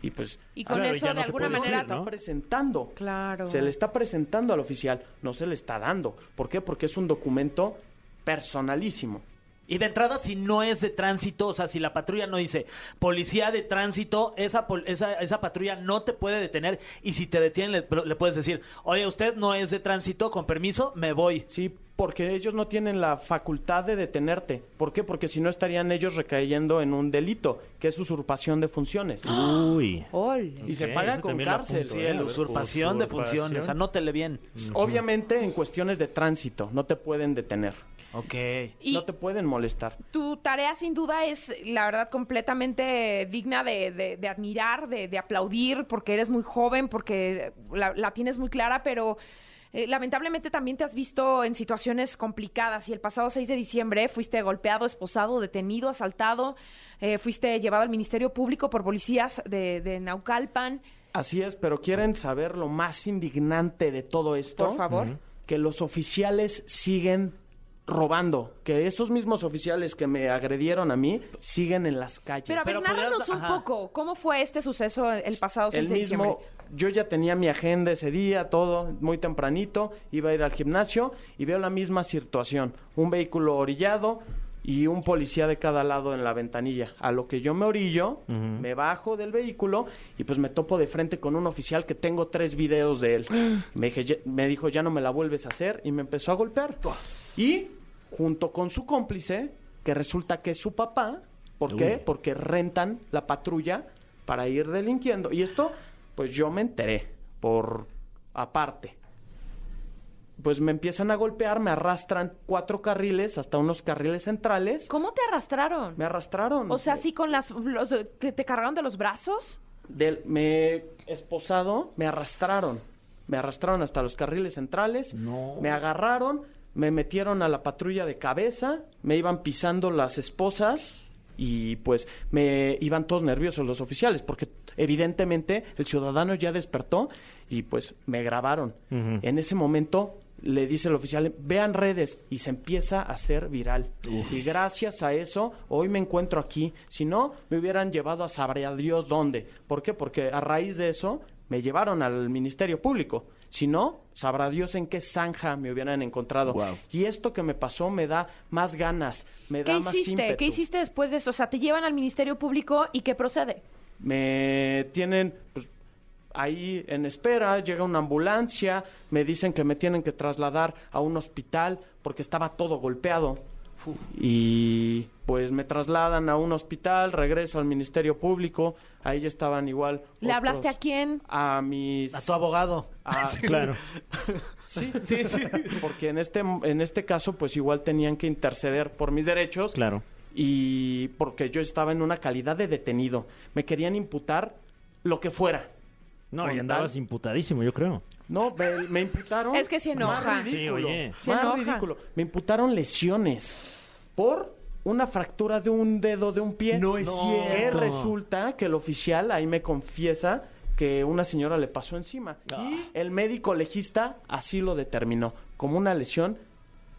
Speaker 5: Y pues.
Speaker 2: Y con
Speaker 3: Ah, Claro,
Speaker 2: eso,
Speaker 3: ya
Speaker 2: de
Speaker 3: no te
Speaker 2: alguna
Speaker 3: puedes
Speaker 5: se le
Speaker 2: manera,
Speaker 3: ir, ¿no?
Speaker 5: está presentando.
Speaker 2: Claro.
Speaker 5: Se le está presentando al oficial, no se le está dando. ¿Por qué? Porque es un documento personalísimo.
Speaker 4: Y de entrada, si no es de tránsito, o sea, si la patrulla no dice policía de tránsito, esa, pol- esa, esa patrulla no te puede detener. Y si te detienen, le, pero le puedes decir, oye, usted no es de tránsito, con permiso, me voy.
Speaker 5: Sí, porque ellos no tienen la facultad de detenerte. ¿Por qué? Porque si no estarían ellos recayendo en un delito, que es usurpación de funciones.
Speaker 2: Ah.
Speaker 3: Uy.
Speaker 2: Ole.
Speaker 5: Y se
Speaker 3: Ok,
Speaker 5: paga
Speaker 3: ese
Speaker 5: con
Speaker 3: también lo
Speaker 5: cárcel.
Speaker 3: apunto,
Speaker 4: Sí,
Speaker 3: eh,
Speaker 4: la
Speaker 3: a ver,
Speaker 4: usurpación de funciones,
Speaker 3: usurpación.
Speaker 4: anótele bien.
Speaker 5: Obviamente en cuestiones de tránsito, no te pueden detener,
Speaker 3: Mm.
Speaker 4: Ok.
Speaker 2: Y-
Speaker 5: no te pueden molestar.
Speaker 2: tu tarea sin duda es, la verdad, completamente digna de, de- de admirar, de, de aplaudir, porque eres muy joven, porque la, la tienes muy clara, pero eh, lamentablemente también te has visto en situaciones complicadas y el pasado 6 de diciembre fuiste golpeado, esposado, detenido, asaltado, eh, fuiste llevado al Ministerio Público por policías de, de Naucalpan.
Speaker 5: Así es, pero quieren saber lo más indignante de todo esto.
Speaker 2: Por favor. Ujú.
Speaker 5: Que los oficiales siguen robando, que esos mismos oficiales que me agredieron a mí siguen en las calles.
Speaker 2: Pero a ver,
Speaker 4: Pero podrías-
Speaker 2: narranos un
Speaker 4: ajá.
Speaker 2: poco, ¿cómo fue este suceso el pasado 6
Speaker 5: el
Speaker 2: de diciembre?
Speaker 5: mismo, yo ya tenía mi agenda ese día, todo muy tempranito, iba a ir al gimnasio y veo la misma situación, un vehículo orillado y un policía de cada lado en la ventanilla. A lo que yo me orillo, me bajo del vehículo y pues me topo de frente con un oficial que tengo tres videos de él. me, dije, "Ya- me dijo, ya no me la vuelves a hacer y me empezó a golpear. Y junto con su cómplice, que resulta que es su papá, ¿por qué?
Speaker 3: Uy.
Speaker 5: Porque rentan la patrulla para ir delinquiendo. Y esto, pues yo me enteré por aparte. Pues me empiezan a golpear, me arrastran cuatro carriles hasta unos carriles centrales.
Speaker 2: ¿Cómo te arrastraron?
Speaker 5: Me arrastraron.
Speaker 2: O sea, sí con las los- que te cargaron de los brazos.
Speaker 5: Del- me esposado, me arrastraron. Me arrastraron hasta los carriles centrales.
Speaker 3: No.
Speaker 5: Me agarraron, me metieron a la patrulla de cabeza, me iban pisando las esposas y pues me iban todos nerviosos los oficiales porque evidentemente el ciudadano ya despertó y pues me grabaron. En ese momento le dice el oficial, vean redes, y se empieza a hacer viral. Y gracias a eso, hoy me encuentro aquí. Si no, me hubieran llevado a saber a Dios dónde. ¿Por qué? Porque a raíz de eso me llevaron al Ministerio Público. Si no, sabrá Dios en qué zanja me hubieran encontrado.
Speaker 3: Wow.
Speaker 5: Y esto que me pasó me da más ganas, me
Speaker 2: ¿Qué
Speaker 5: da más
Speaker 2: hiciste?
Speaker 5: ímpetu.
Speaker 2: ¿Qué hiciste después de eso? O sea, te llevan al Ministerio Público y ¿qué procede?
Speaker 5: me tienen pues, ahí en espera, llega una ambulancia, me dicen que me tienen que trasladar a un hospital porque estaba todo golpeado. Y pues me trasladan a un hospital, regreso al Ministerio Público, ahí ya estaban igual.
Speaker 2: ¿Le hablaste
Speaker 5: otros-
Speaker 2: a quién?
Speaker 5: A mis...
Speaker 4: A tu abogado.
Speaker 5: a-
Speaker 3: Claro.
Speaker 5: Sí, sí, sí. Porque en este, en este caso, pues igual tenían que interceder por mis derechos.
Speaker 3: Claro.
Speaker 5: Y porque yo estaba en una calidad de detenido. Me querían imputar lo que fuera.
Speaker 3: No,
Speaker 5: Con
Speaker 3: y andabas
Speaker 5: tal-
Speaker 3: imputadísimo, yo creo.
Speaker 5: No, me, me imputaron.
Speaker 2: Es que se enoja.
Speaker 5: Más ridículo,
Speaker 3: Sí, oye.
Speaker 2: Se
Speaker 5: Más
Speaker 2: enoja.
Speaker 5: ridículo. Me imputaron lesiones por una fractura de un dedo de un pie.
Speaker 4: No es
Speaker 5: Que
Speaker 4: cierto.
Speaker 5: resulta que el oficial ahí me confiesa que una señora le pasó encima.
Speaker 4: Ah.
Speaker 5: Y el médico legista así lo determinó, como una lesión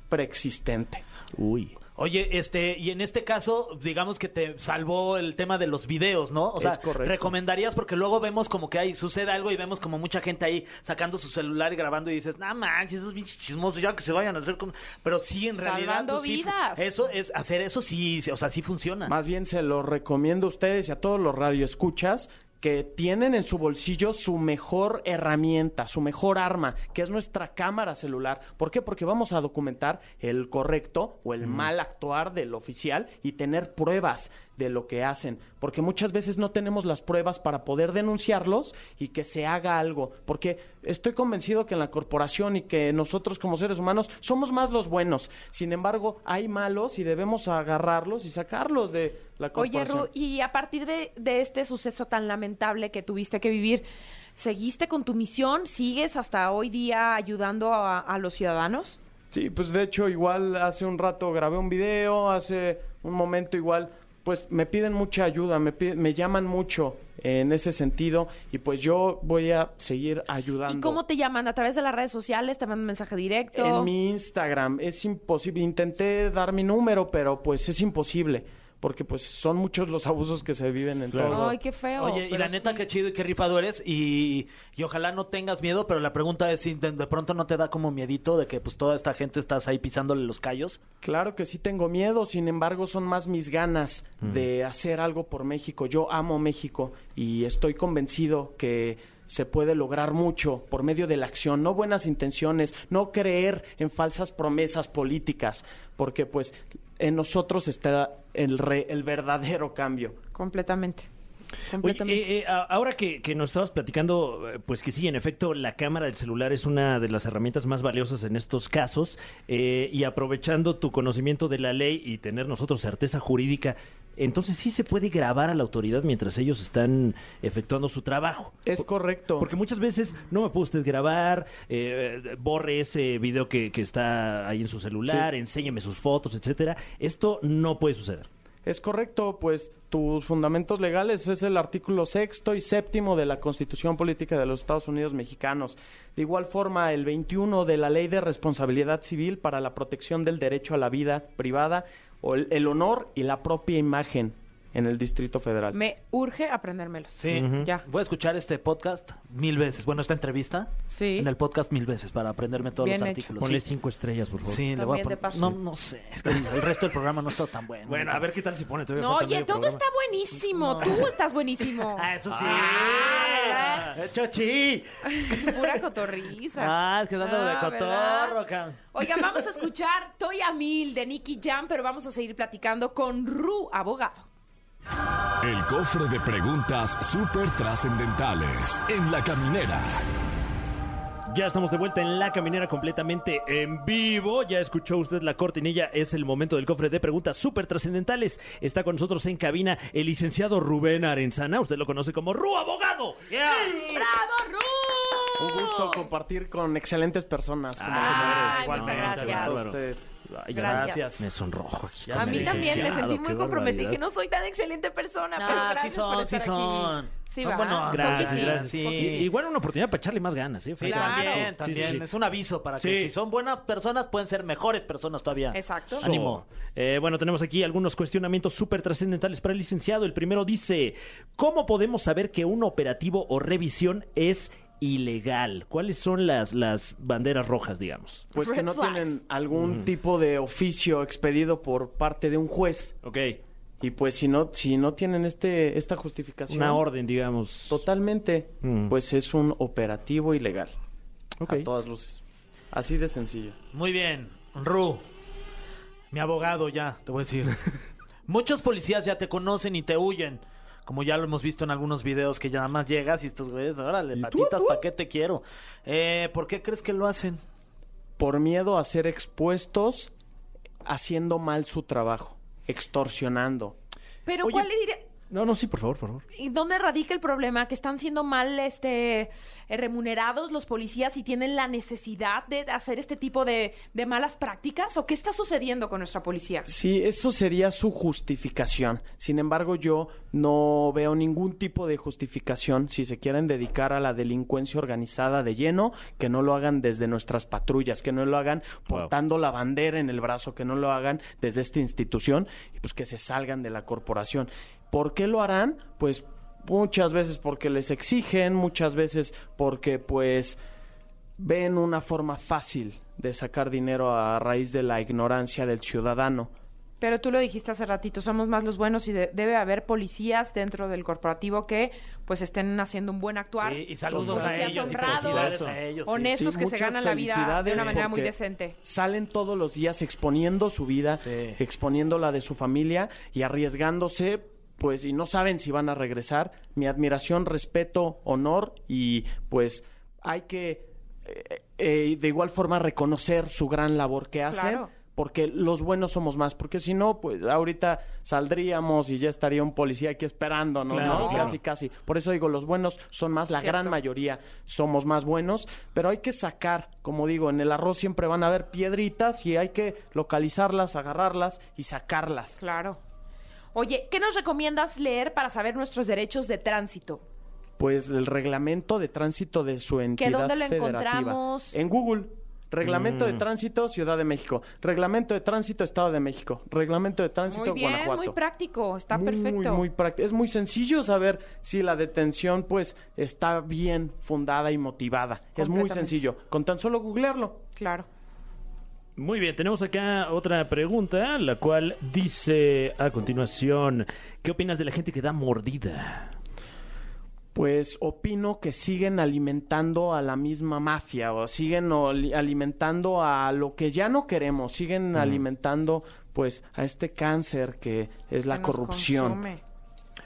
Speaker 5: preexistente.
Speaker 3: Uy.
Speaker 4: Oye, este, y en este caso, digamos que te salvó el tema de los videos, ¿no? O sea,
Speaker 5: Es correcto.
Speaker 4: recomendarías porque luego vemos como que ahí sucede algo y vemos como mucha gente ahí sacando su celular y grabando y dices, no manches, esos pinches chismosos, ya que se vayan a hacer con... Pero sí, en realidad...
Speaker 2: Salvando
Speaker 4: pues, sí,
Speaker 2: vidas.
Speaker 4: eso es, hacer eso sí, sí, o sea, sí funciona.
Speaker 5: Más bien se lo recomiendo a ustedes y a todos los radioescuchas que tienen en su bolsillo su mejor herramienta, su mejor arma, que es nuestra cámara celular. ¿Por qué? Porque vamos a documentar el correcto o el mal actuar del oficial y tener pruebas de lo que hacen, porque muchas veces no tenemos las pruebas para poder denunciarlos y que se haga algo, porque estoy convencido que en la corporación y que nosotros como seres humanos somos más los buenos, sin embargo hay malos y debemos agarrarlos y sacarlos de la
Speaker 2: Oye,
Speaker 5: corporación.
Speaker 2: Ru, y a partir de, de este suceso tan lamentable que tuviste que vivir, ¿seguiste con tu misión? ¿Sigues hasta hoy día ayudando a, a los ciudadanos?
Speaker 5: Sí, pues de hecho igual hace un rato grabé un video, hace un momento igual, pues me piden mucha ayuda, me, pi- me llaman mucho en ese sentido y pues yo voy a seguir ayudando.
Speaker 2: ¿Y cómo te llaman? ¿A través de las redes sociales? ¿Te mandan un mensaje directo?
Speaker 5: En mi Instagram es imposible. Intenté dar mi número, pero pues es imposible. Porque pues son muchos los abusos que se viven en
Speaker 3: Claro.
Speaker 5: todo.
Speaker 2: Ay, qué feo.
Speaker 4: Oye, y
Speaker 2: pero
Speaker 4: la neta,
Speaker 2: sí.
Speaker 4: qué chido y qué rifado eres. Y, y ojalá no tengas miedo, pero la pregunta es si de, de pronto no te da como miedito de que pues toda esta gente estás ahí pisándole los callos.
Speaker 5: Claro que sí tengo miedo, sin embargo son más mis ganas de hacer algo por México. Yo amo México y estoy convencido que se puede lograr mucho por medio de la acción, no buenas intenciones, no creer en falsas promesas políticas, porque pues en nosotros está el, re- el verdadero cambio.
Speaker 2: Completamente.
Speaker 3: Oye,
Speaker 2: Completamente.
Speaker 3: eh, eh, a- ahora que, que nos estabas platicando, eh, pues que sí, en efecto, la cámara del celular es una de las herramientas más valiosas en estos casos. eh, y aprovechando tu conocimiento de la ley y tener nosotros certeza jurídica, entonces sí se puede grabar a la autoridad mientras ellos están efectuando su trabajo.
Speaker 5: Es correcto.
Speaker 3: Porque muchas veces no me puede usted grabar, eh, borre ese video que, que está ahí en su celular, enséñeme sus fotos, etcétera. Esto no puede suceder.
Speaker 5: Es correcto, pues tus fundamentos legales es el artículo sexto y séptimo de la Constitución Política de los Estados Unidos Mexicanos. De igual forma, el 21 de la Ley de Responsabilidad Civil para la Protección del Derecho a la Vida Privada, o el, el honor y la propia imagen en el Distrito Federal.
Speaker 2: Me urge aprendérmelos.
Speaker 4: Sí,
Speaker 2: Ya.
Speaker 4: Voy a escuchar este podcast mil veces. Bueno, esta entrevista.
Speaker 2: Sí.
Speaker 4: En el podcast mil veces para aprenderme todos
Speaker 2: Bien
Speaker 4: los
Speaker 2: hecho.
Speaker 4: artículos.
Speaker 3: Ponle
Speaker 4: Sí.
Speaker 3: cinco estrellas, por favor.
Speaker 4: Sí, le voy
Speaker 2: También de
Speaker 4: a poner-
Speaker 2: paso.
Speaker 4: No, no sé. Es que el resto del programa no está tan bueno.
Speaker 3: Bueno, a ver qué tal se pone. Todavía
Speaker 2: No,
Speaker 3: falta
Speaker 2: oye,
Speaker 3: medio
Speaker 2: todo
Speaker 3: programa.
Speaker 2: está buenísimo. Tú estás buenísimo.
Speaker 4: Ah, eso sí.
Speaker 2: Ah,
Speaker 4: Eh, ¡Chochi!
Speaker 2: Pura cotorriza.
Speaker 4: Ah, es que dándole de
Speaker 2: Ah,
Speaker 4: cotorro,
Speaker 2: ¿verdad?
Speaker 4: cabrón.
Speaker 2: Oigan, vamos a escuchar Toy a Mil de Nicky Jam, pero vamos a seguir platicando con Ru, abogado.
Speaker 1: El cofre de preguntas súper trascendentales en la caminera.
Speaker 3: Ya estamos de vuelta en La Caminera completamente en vivo. Ya escuchó usted la cortinilla. Es el momento del cofre de preguntas súper trascendentales. Está con nosotros en cabina el licenciado Rubén Arenzana. Usted lo conoce como Ru Abogado.
Speaker 2: ¡Bravo, Ru!
Speaker 5: Un gusto compartir con excelentes personas. como
Speaker 2: ¡Oh! Ay,
Speaker 5: los
Speaker 2: muchas
Speaker 5: señores.
Speaker 2: gracias.
Speaker 5: Igualmente, ustedes.
Speaker 3: Ay,
Speaker 2: Gracias.
Speaker 3: Me sonrojo. aquí.
Speaker 2: A mí
Speaker 3: Sí,
Speaker 2: también me
Speaker 3: licenciado,
Speaker 2: sentí
Speaker 3: qué
Speaker 2: muy comprometida.
Speaker 3: barbaridad.
Speaker 2: Que no soy tan excelente persona, pero
Speaker 4: Ah,
Speaker 2: gracias
Speaker 4: sí son,
Speaker 2: por estar
Speaker 4: sí son.
Speaker 2: aquí. Sí,
Speaker 4: Ah,
Speaker 2: va.
Speaker 4: bueno,
Speaker 2: Creo que
Speaker 3: Gracias,
Speaker 2: sí,
Speaker 3: gracias.
Speaker 4: sí.
Speaker 2: creo que
Speaker 3: Y- Igual una oportunidad para echarle más ganas, ¿eh?
Speaker 4: Sí,
Speaker 2: Claro.
Speaker 4: también,
Speaker 2: Sí, sí,
Speaker 4: también.
Speaker 3: sí.
Speaker 4: Es un aviso para que
Speaker 3: Sí.
Speaker 4: si son buenas personas pueden ser mejores personas todavía.
Speaker 2: Exacto.
Speaker 3: Eso. Ánimo. Eh, bueno, tenemos aquí algunos cuestionamientos súper trascendentales para el licenciado. El primero dice, ¿cómo podemos saber que un operativo o revisión es ilegal? ¿Cuáles son las, las banderas rojas, digamos?
Speaker 5: Pues que
Speaker 2: Red
Speaker 5: no
Speaker 2: flags.
Speaker 5: tienen algún tipo de oficio expedido por parte de un juez.
Speaker 3: Ok.
Speaker 5: Y pues si no, si no tienen este, esta justificación.
Speaker 3: Una orden, digamos.
Speaker 5: Totalmente.
Speaker 3: Mm.
Speaker 5: Pues es un operativo ilegal.
Speaker 3: Ok.
Speaker 5: A todas luces. Así de sencillo.
Speaker 4: Muy bien, Ru. Mi abogado ya, te voy a decir. Muchos policías ya te conocen y te huyen. Como ya lo hemos visto en algunos videos que ya nada más llegas y estos güeyes, órale, patitas, ¿para qué te quiero? Eh, ¿Por qué crees que lo hacen?
Speaker 5: Por miedo a ser expuestos haciendo mal su trabajo, extorsionando.
Speaker 2: Pero
Speaker 3: Oye,
Speaker 2: ¿cuál le diría?
Speaker 3: No, no, sí, por favor, por favor.
Speaker 2: ¿Y dónde radica el problema? Que están siendo mal este, eh, remunerados los policías y tienen la necesidad de hacer este tipo de, de malas prácticas. ¿O qué está sucediendo con nuestra policía?
Speaker 5: Sí, eso sería su justificación. Sin embargo, yo no veo ningún tipo de justificación si se quieren dedicar a la delincuencia organizada de lleno, que no lo hagan desde nuestras patrullas, que no lo hagan
Speaker 3: Wow.
Speaker 5: portando la bandera en el brazo, que no lo hagan desde esta institución y pues que se salgan de la corporación. ¿Por qué lo harán? Pues muchas veces porque les exigen, muchas veces porque pues ven una forma fácil de sacar dinero a raíz de la ignorancia del ciudadano.
Speaker 2: Pero tú lo dijiste hace ratito, somos más los buenos y de- debe haber policías dentro del corporativo que pues estén haciendo un buen actuar.
Speaker 4: Sí, y saludos a
Speaker 2: Policías
Speaker 4: ellos. y
Speaker 2: honrados,
Speaker 4: felicidades a ellos, sí.
Speaker 2: honestos
Speaker 5: Sí,
Speaker 2: que se
Speaker 5: muchas
Speaker 2: ganan la vida de
Speaker 5: felicidades
Speaker 2: una manera muy
Speaker 5: porque
Speaker 2: decente.
Speaker 5: Salen todos los días exponiendo su vida,
Speaker 4: Sí.
Speaker 5: exponiendo la de su familia y arriesgándose, pues, y no saben si van a regresar. Mi admiración, respeto, honor y pues hay que eh, eh, de igual forma reconocer su gran labor que hacen.
Speaker 2: Claro.
Speaker 5: Porque los buenos somos más, porque si no, pues ahorita saldríamos y ya estaría un policía aquí esperándonos,
Speaker 3: Claro,
Speaker 5: ¿no?
Speaker 3: claro.
Speaker 5: Casi, casi. Por eso digo, los buenos son más, la gran
Speaker 2: Cierto.
Speaker 5: mayoría somos más buenos, pero hay que sacar, como digo, en el arroz siempre van a haber piedritas y hay que localizarlas, agarrarlas y sacarlas.
Speaker 2: Claro. Oye, ¿qué nos recomiendas leer para saber nuestros derechos de tránsito?
Speaker 5: Pues el reglamento de tránsito de su entidad
Speaker 2: dónde lo
Speaker 5: federativa.
Speaker 2: encontramos?
Speaker 5: En Google. Reglamento de tránsito Ciudad de México. Reglamento de tránsito Estado de México. Reglamento de
Speaker 2: Muy
Speaker 5: tránsito
Speaker 2: bien,
Speaker 5: Guanajuato.
Speaker 2: muy práctico, está
Speaker 5: Muy,
Speaker 2: perfecto.
Speaker 5: Muy, práctico. Es muy sencillo saber si la detención, pues, está bien fundada y motivada. Es muy
Speaker 2: Completamente.
Speaker 5: sencillo. Con tan solo googlearlo.
Speaker 2: Claro.
Speaker 3: Muy bien, tenemos acá otra pregunta, la cual dice a continuación, ¿qué opinas de la gente que da mordida?
Speaker 5: Pues opino que siguen alimentando a la misma mafia o siguen oli- alimentando a lo que ya no queremos, siguen alimentando pues a este cáncer que es la
Speaker 2: que nos
Speaker 5: corrupción.
Speaker 2: consume.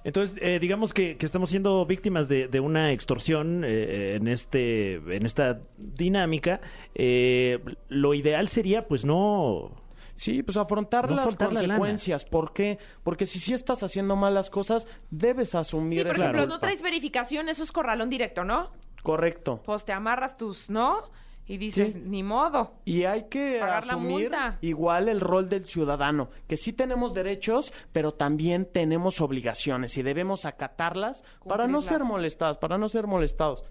Speaker 3: Entonces, eh, digamos que, que estamos siendo víctimas de, de una extorsión eh, en este en esta dinámica. Eh, lo ideal sería, pues, no...
Speaker 5: Sí, pues afrontar
Speaker 3: No
Speaker 5: las
Speaker 3: soltar la lana.
Speaker 5: consecuencias. ¿Por qué? Porque si sí estás haciendo malas cosas, debes asumir
Speaker 2: Sí, por
Speaker 5: esa
Speaker 2: ejemplo, no
Speaker 5: culpa.
Speaker 2: traes verificación, eso es corralón directo, ¿no?
Speaker 5: Correcto.
Speaker 2: Pues te amarras tus, ¿no? Y dices,
Speaker 5: Sí.
Speaker 2: ni modo.
Speaker 5: Y hay que
Speaker 2: Pagar la
Speaker 5: asumir
Speaker 2: multa.
Speaker 5: igual el rol del ciudadano, que sí tenemos derechos, pero también tenemos obligaciones y debemos acatarlas para no
Speaker 2: Cumplirlas.
Speaker 5: ser molestadas, para no ser molestados.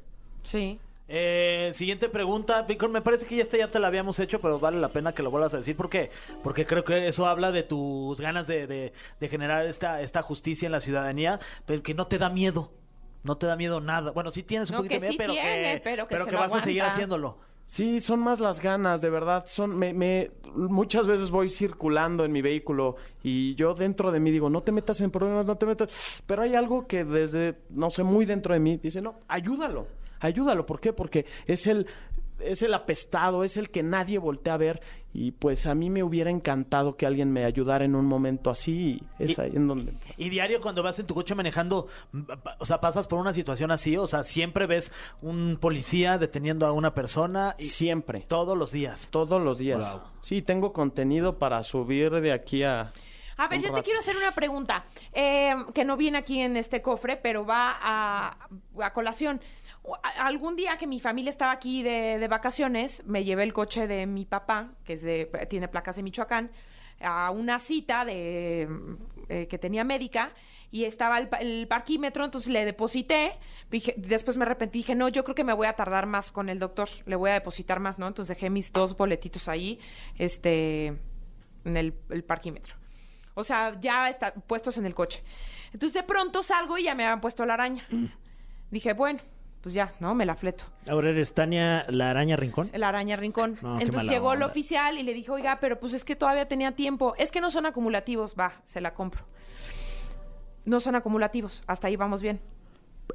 Speaker 2: Sí.
Speaker 4: Eh, siguiente pregunta, Víctor, me parece que ya esta ya te la habíamos hecho, pero vale la pena que lo vuelvas a decir. ¿Por qué? Porque creo que eso habla de tus ganas de, de- de generar esta, esta justicia en la ciudadanía, pero que no te da miedo. No te da miedo nada. Bueno, sí tienes un
Speaker 2: No, que
Speaker 4: poquito de miedo,
Speaker 2: sí
Speaker 4: pero,
Speaker 2: tiene,
Speaker 4: que,
Speaker 2: pero que se lo
Speaker 4: vas a seguir
Speaker 2: aguanta.
Speaker 4: haciéndolo.
Speaker 5: Sí, son más las ganas, de verdad. Son, me, me- muchas veces voy circulando en mi vehículo y yo dentro de mí digo, no te metas en problemas, no te metas. Pero hay algo que desde, no sé, muy dentro de mí dice, no, ayúdalo, ayúdalo. ¿Por qué? Porque es el, es el apestado, es el que nadie voltea a ver. Y pues a mí me hubiera encantado que alguien me ayudara en un momento así. y es
Speaker 4: Y-
Speaker 5: ahí en donde.
Speaker 4: Y diario cuando vas en tu coche manejando, m- pa- o sea, pasas por una situación así, o sea, siempre ves un policía deteniendo a una persona y
Speaker 5: Siempre.
Speaker 4: todos los días.
Speaker 5: Todos los días.
Speaker 4: Wow.
Speaker 5: Sí, tengo contenido para subir de aquí a.
Speaker 2: A ver,
Speaker 5: un
Speaker 2: yo te
Speaker 5: rato.
Speaker 2: quiero hacer una pregunta eh, que no viene aquí en este cofre, pero va a, a colación. O- a- Algún día que mi familia estaba aquí de, de vacaciones, me llevé el coche de mi papá, que es de, tiene placas de Michoacán, a una cita de eh, que tenía médica y estaba el, pa- el parquímetro, entonces le deposité. Dije, después me arrepentí, dije, no, yo creo que me voy a tardar más con el doctor, le voy a depositar más, ¿no? Entonces dejé mis dos boletitos ahí, este, en el, el parquímetro. O sea, ya está, puestos en el coche. Entonces de pronto salgo y ya me habían puesto la araña.
Speaker 3: Mm.
Speaker 2: Dije, bueno, pues ya, ¿no? Me la fleto
Speaker 3: Ahora eres Tania la araña rincón.
Speaker 2: la araña rincón.
Speaker 3: No, qué
Speaker 2: Entonces
Speaker 3: mala
Speaker 2: llegó el
Speaker 3: onda.
Speaker 2: oficial y le dijo, oiga, pero pues es que todavía tenía tiempo. Es que no son acumulativos. Va, se la compro. No son acumulativos. Hasta ahí vamos bien.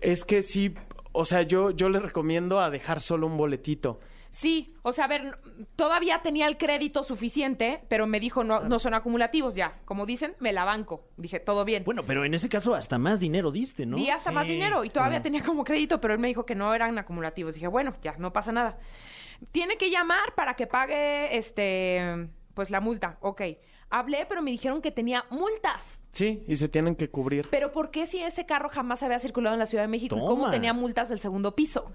Speaker 5: Es que sí, o sea, yo, yo les recomiendo a dejar solo un boletito.
Speaker 2: Sí, o sea, a ver, n- todavía tenía el crédito suficiente, pero me dijo, no, no son acumulativos ya. Como dicen, me la banco. Dije, todo bien.
Speaker 3: Bueno, pero en ese caso hasta más dinero diste, ¿no?
Speaker 2: Di hasta más
Speaker 4: Sí,
Speaker 2: dinero y todavía
Speaker 3: claro.
Speaker 2: tenía como crédito, pero él me dijo que no eran acumulativos. Dije, bueno, ya, no pasa nada. Tiene que llamar para que pague este pues la multa. Ok. Hablé, pero me dijeron que tenía multas.
Speaker 5: Sí, y se tienen que cubrir.
Speaker 2: Pero ¿por qué si ese carro jamás había circulado en la Ciudad de México y cómo
Speaker 3: Toma.
Speaker 2: tenía multas del segundo piso?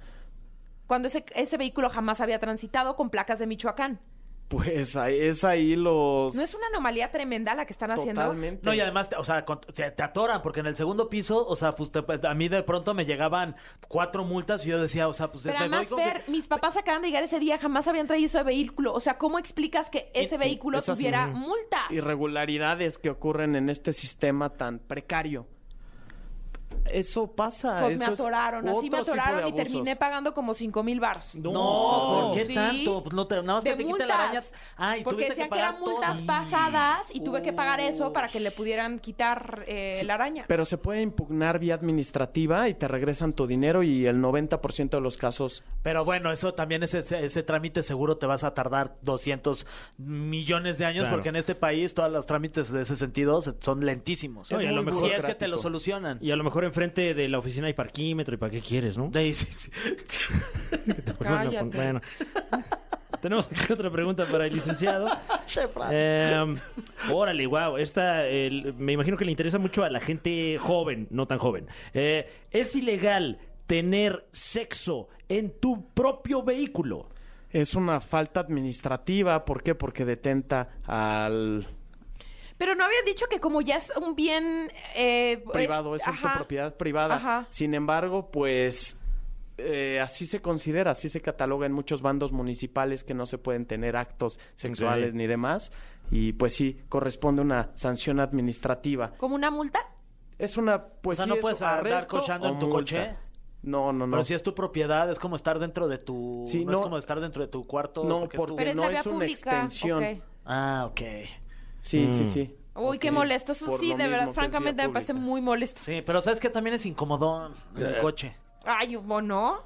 Speaker 2: Cuando ese, ese vehículo jamás había transitado con placas de Michoacán.
Speaker 5: Pues ahí- es ahí los...
Speaker 3: Pues
Speaker 2: ¿No es una anomalía tremenda la que están haciendo?
Speaker 5: Totalmente.
Speaker 4: No, y además, te- o sea, con- te, te atoran, porque en el segundo piso, o sea, pues te- a mí de pronto me llegaban cuatro multas y yo decía, o sea, pues
Speaker 2: Pero
Speaker 4: me
Speaker 2: además,
Speaker 4: voy con-
Speaker 2: Fer, mis papás acaban de llegar ese día, jamás habían traído ese vehículo. O sea, ¿cómo explicas que ese
Speaker 5: Sí,
Speaker 2: vehículo
Speaker 5: eso sí.
Speaker 2: tuviera
Speaker 5: Mm.
Speaker 2: multas?
Speaker 5: Irregularidades que ocurren en este sistema tan precario. Eso pasa.
Speaker 2: Pues me
Speaker 5: ah, eso es
Speaker 2: atoraron, así me
Speaker 5: otro tipo de
Speaker 2: atoraron y
Speaker 5: abusos.
Speaker 2: terminé pagando como cinco mil baros.
Speaker 4: No, ¿por qué
Speaker 2: Sí.
Speaker 4: tanto? Pues no te, nada más
Speaker 2: De
Speaker 4: que te quite la araña.
Speaker 2: multas.
Speaker 4: Ah, y
Speaker 2: porque
Speaker 4: tuviste
Speaker 2: decían que,
Speaker 4: pagar
Speaker 2: eran multas
Speaker 4: todas.
Speaker 2: pasadas y tuve que pagar eso
Speaker 4: Uy.
Speaker 2: para que le pudieran quitar eh, la araña.
Speaker 5: Pero se puede impugnar vía administrativa y te regresan tu dinero y el 90% de los casos
Speaker 4: Pero bueno, eso también ese, ese, ese trámite seguro te vas a tardar 200 millones de años
Speaker 3: Claro.
Speaker 4: porque en este país todos los trámites de ese sentido se- son lentísimos.
Speaker 3: No, y a lo
Speaker 4: Muy
Speaker 3: mejor-
Speaker 4: si es que te lo solucionan.
Speaker 3: Y a lo mejor enfrente de la oficina hay parquímetro y para qué quieres, ¿no?
Speaker 4: Sí, sí, sí.
Speaker 3: Bueno, pues,
Speaker 2: Cállate.
Speaker 3: bueno. Tenemos aquí otra pregunta para el licenciado. Eh, órale, wow. Esta el- me imagino que le interesa mucho a la gente joven, no tan joven. Eh, ¿Es ilegal tener sexo en tu propio vehículo?
Speaker 5: es una falta administrativa. ¿Por qué? Porque detenta al...
Speaker 2: Pero no había dicho que como ya es un bien eh,
Speaker 5: privado, es, tu
Speaker 2: ajá.
Speaker 5: propiedad privada.
Speaker 2: Ajá.
Speaker 5: Sin embargo, pues eh, así se considera, así se cataloga en muchos bandos municipales que no se pueden tener actos sexuales
Speaker 3: Ok.
Speaker 5: ni demás. Y pues sí, corresponde una sanción administrativa.
Speaker 2: ¿Como una multa?
Speaker 5: Es una, pues
Speaker 4: O sea,
Speaker 5: sí,
Speaker 4: ¿no
Speaker 5: es
Speaker 4: puedes andar
Speaker 5: arresto
Speaker 4: cochando
Speaker 5: o
Speaker 4: en tu
Speaker 5: multa.
Speaker 4: coche?
Speaker 5: No, no, no.
Speaker 4: Pero si es tu propiedad, es como estar dentro de tu...
Speaker 5: Sí,
Speaker 4: no, es
Speaker 5: no.
Speaker 4: como estar dentro de tu cuarto.
Speaker 5: No,
Speaker 4: porque
Speaker 5: porque-
Speaker 4: tú-
Speaker 2: Pero es
Speaker 5: no
Speaker 2: la vía
Speaker 5: es una
Speaker 2: pública.
Speaker 5: extensión.
Speaker 2: ok.
Speaker 4: Ah, ok.
Speaker 5: Sí, sí,
Speaker 3: Mm.
Speaker 5: sí.
Speaker 2: Uy, qué
Speaker 5: Ok.
Speaker 2: molesto. Eso
Speaker 5: Por
Speaker 2: sí,
Speaker 5: lo
Speaker 2: de
Speaker 5: mismo que
Speaker 2: verdad,
Speaker 5: es
Speaker 2: francamente
Speaker 5: vía
Speaker 2: me parece
Speaker 5: pública.
Speaker 2: muy molesto.
Speaker 4: Sí, pero ¿sabes que También es incomodón en
Speaker 3: Eh,
Speaker 4: el coche.
Speaker 2: Ay, ¿o no?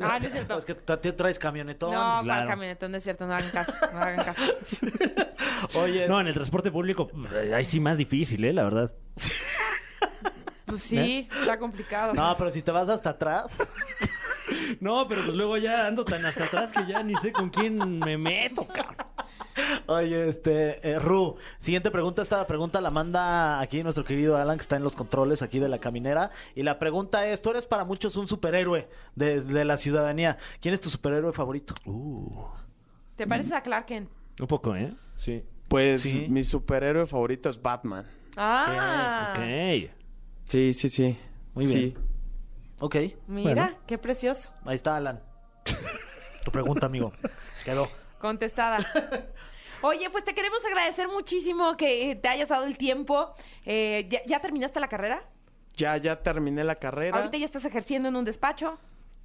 Speaker 2: Ah, no es cierto.
Speaker 4: Es que tú tú traes camionetón.
Speaker 2: No, para
Speaker 3: claro.
Speaker 2: el camionetón no es cierto, no hagan caso, no hagan caso.
Speaker 4: Oye,
Speaker 3: No, en el transporte público, eh, ahí sí más difícil, ¿eh? La verdad.
Speaker 2: Pues sí, está complicado.
Speaker 4: no, pero si te vas hasta atrás...
Speaker 3: No, pero pues luego ya ando tan hasta atrás que ya ni sé con quién me meto, cabrón.
Speaker 4: Oye, este, eh, Ru, siguiente pregunta. Esta pregunta la manda aquí nuestro querido Alan, que está en los controles aquí de la caminera. Y la pregunta es: Tú eres para muchos un superhéroe de, de la ciudadanía. ¿Quién es tu superhéroe favorito?
Speaker 2: ¿Te pareces a Clark Kent?
Speaker 3: Un poco, ¿eh? Sí.
Speaker 5: Pues
Speaker 4: Sí.
Speaker 5: mi superhéroe favorito es Batman.
Speaker 2: Ah,
Speaker 3: Ok.
Speaker 5: Sí, sí, sí.
Speaker 4: Muy
Speaker 5: Sí.
Speaker 4: bien. Ok,
Speaker 2: mira,
Speaker 3: Bueno.
Speaker 2: qué precioso.
Speaker 4: ahí está Alan. Tu pregunta, amigo. Quedó.
Speaker 2: Contestada. Oye, pues te queremos agradecer muchísimo que eh, te hayas dado el tiempo. Eh, ¿ya, ya terminaste la carrera?
Speaker 5: Ya, ya terminé la carrera.
Speaker 2: Ahorita ya estás ejerciendo en un despacho.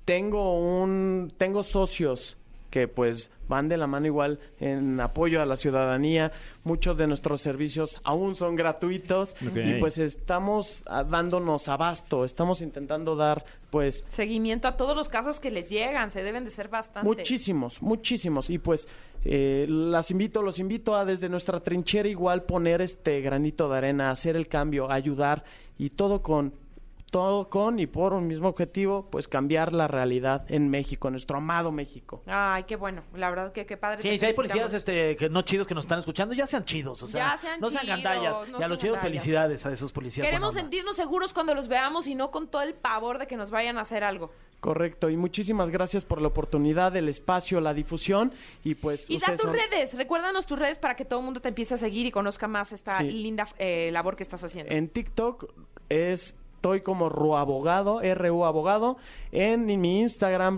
Speaker 5: tengo un tengo socios que pues van de la mano igual en apoyo a la ciudadanía. Muchos de nuestros servicios aún son gratuitos
Speaker 3: Ok.
Speaker 5: y pues estamos ah, dándonos abasto, estamos intentando dar pues
Speaker 2: Seguimiento a todos los casos que les llegan, se deben de ser bastante.
Speaker 5: Muchísimos, muchísimos. Y pues eh, las invito, los invito a desde nuestra trinchera igual poner este granito de arena, hacer el cambio, ayudar y todo con todo con y por un mismo objetivo, pues cambiar la realidad en México, en nuestro amado México.
Speaker 2: Ay, qué bueno, la verdad que qué padre.
Speaker 4: Sí,
Speaker 2: te
Speaker 4: si hay
Speaker 2: felicitamos.
Speaker 4: policías este, que no chidos que nos están escuchando, ya sean chidos. O sea,
Speaker 2: Ya sean
Speaker 4: no sean
Speaker 2: chidos,
Speaker 4: gandallas.
Speaker 2: no
Speaker 4: y a
Speaker 2: sean
Speaker 4: los chidos,
Speaker 2: gandallas.
Speaker 4: felicidades a esos policías.
Speaker 2: Queremos
Speaker 4: buena onda.
Speaker 2: sentirnos seguros cuando los veamos y no con todo el pavor de que nos vayan a hacer algo.
Speaker 5: Correcto, y muchísimas gracias por la oportunidad, el espacio, la difusión y pues...
Speaker 2: Y da
Speaker 5: ustedes
Speaker 2: tus
Speaker 5: son-
Speaker 2: redes, recuérdanos tus redes para que todo el mundo te empiece a seguir y conozca más esta
Speaker 5: Sí.
Speaker 2: linda eh, labor que estás haciendo.
Speaker 5: En TikTok es... Estoy como Ruabogado, RU Abogado, en mi Instagram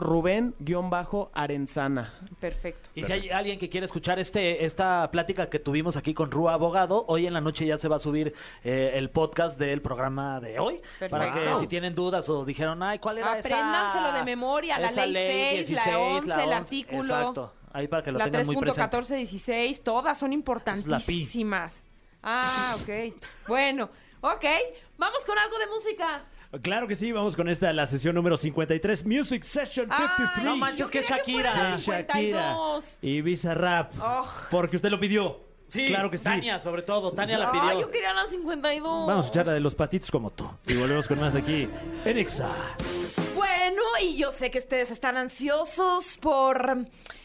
Speaker 5: Rubén-Arenzana.
Speaker 2: Perfecto.
Speaker 4: Y si hay alguien que quiere escuchar este esta plática que tuvimos aquí con Rúa Abogado, hoy en la noche ya se va a subir eh, el podcast del programa de hoy.
Speaker 2: Perfecto.
Speaker 4: Para que
Speaker 3: Wow.
Speaker 4: si tienen dudas o dijeron, ay, ¿cuál era esa?
Speaker 2: Apréndanselo de memoria, la
Speaker 4: esa
Speaker 2: ley seis, la
Speaker 4: 16,
Speaker 2: 11, el
Speaker 4: 11,
Speaker 2: artículo.
Speaker 4: Exacto. Ahí para que lo
Speaker 2: La
Speaker 4: tengan muy presente.
Speaker 2: 3.1416, todas son importantísimas. Ah, ok. Bueno, ok. Vamos con algo de música.
Speaker 3: Claro que sí, vamos con esta, la sesión número 53, Music Session 53.
Speaker 2: Ay,
Speaker 4: No manches,
Speaker 2: yo
Speaker 4: que
Speaker 2: quería
Speaker 4: Shakira.
Speaker 2: fuera
Speaker 3: de
Speaker 2: el 52.
Speaker 3: y Visa Rap.
Speaker 2: Oh.
Speaker 3: Porque usted lo pidió.
Speaker 4: Sí,
Speaker 3: claro que sí.
Speaker 4: Tania, sobre todo. Tania la
Speaker 2: Ay,
Speaker 4: pidió.
Speaker 2: yo quería la 52.
Speaker 3: Vamos a echar la de los patitos como tú. Y volvemos con más aquí en Exa.
Speaker 2: Bueno, y yo sé que ustedes están ansiosos por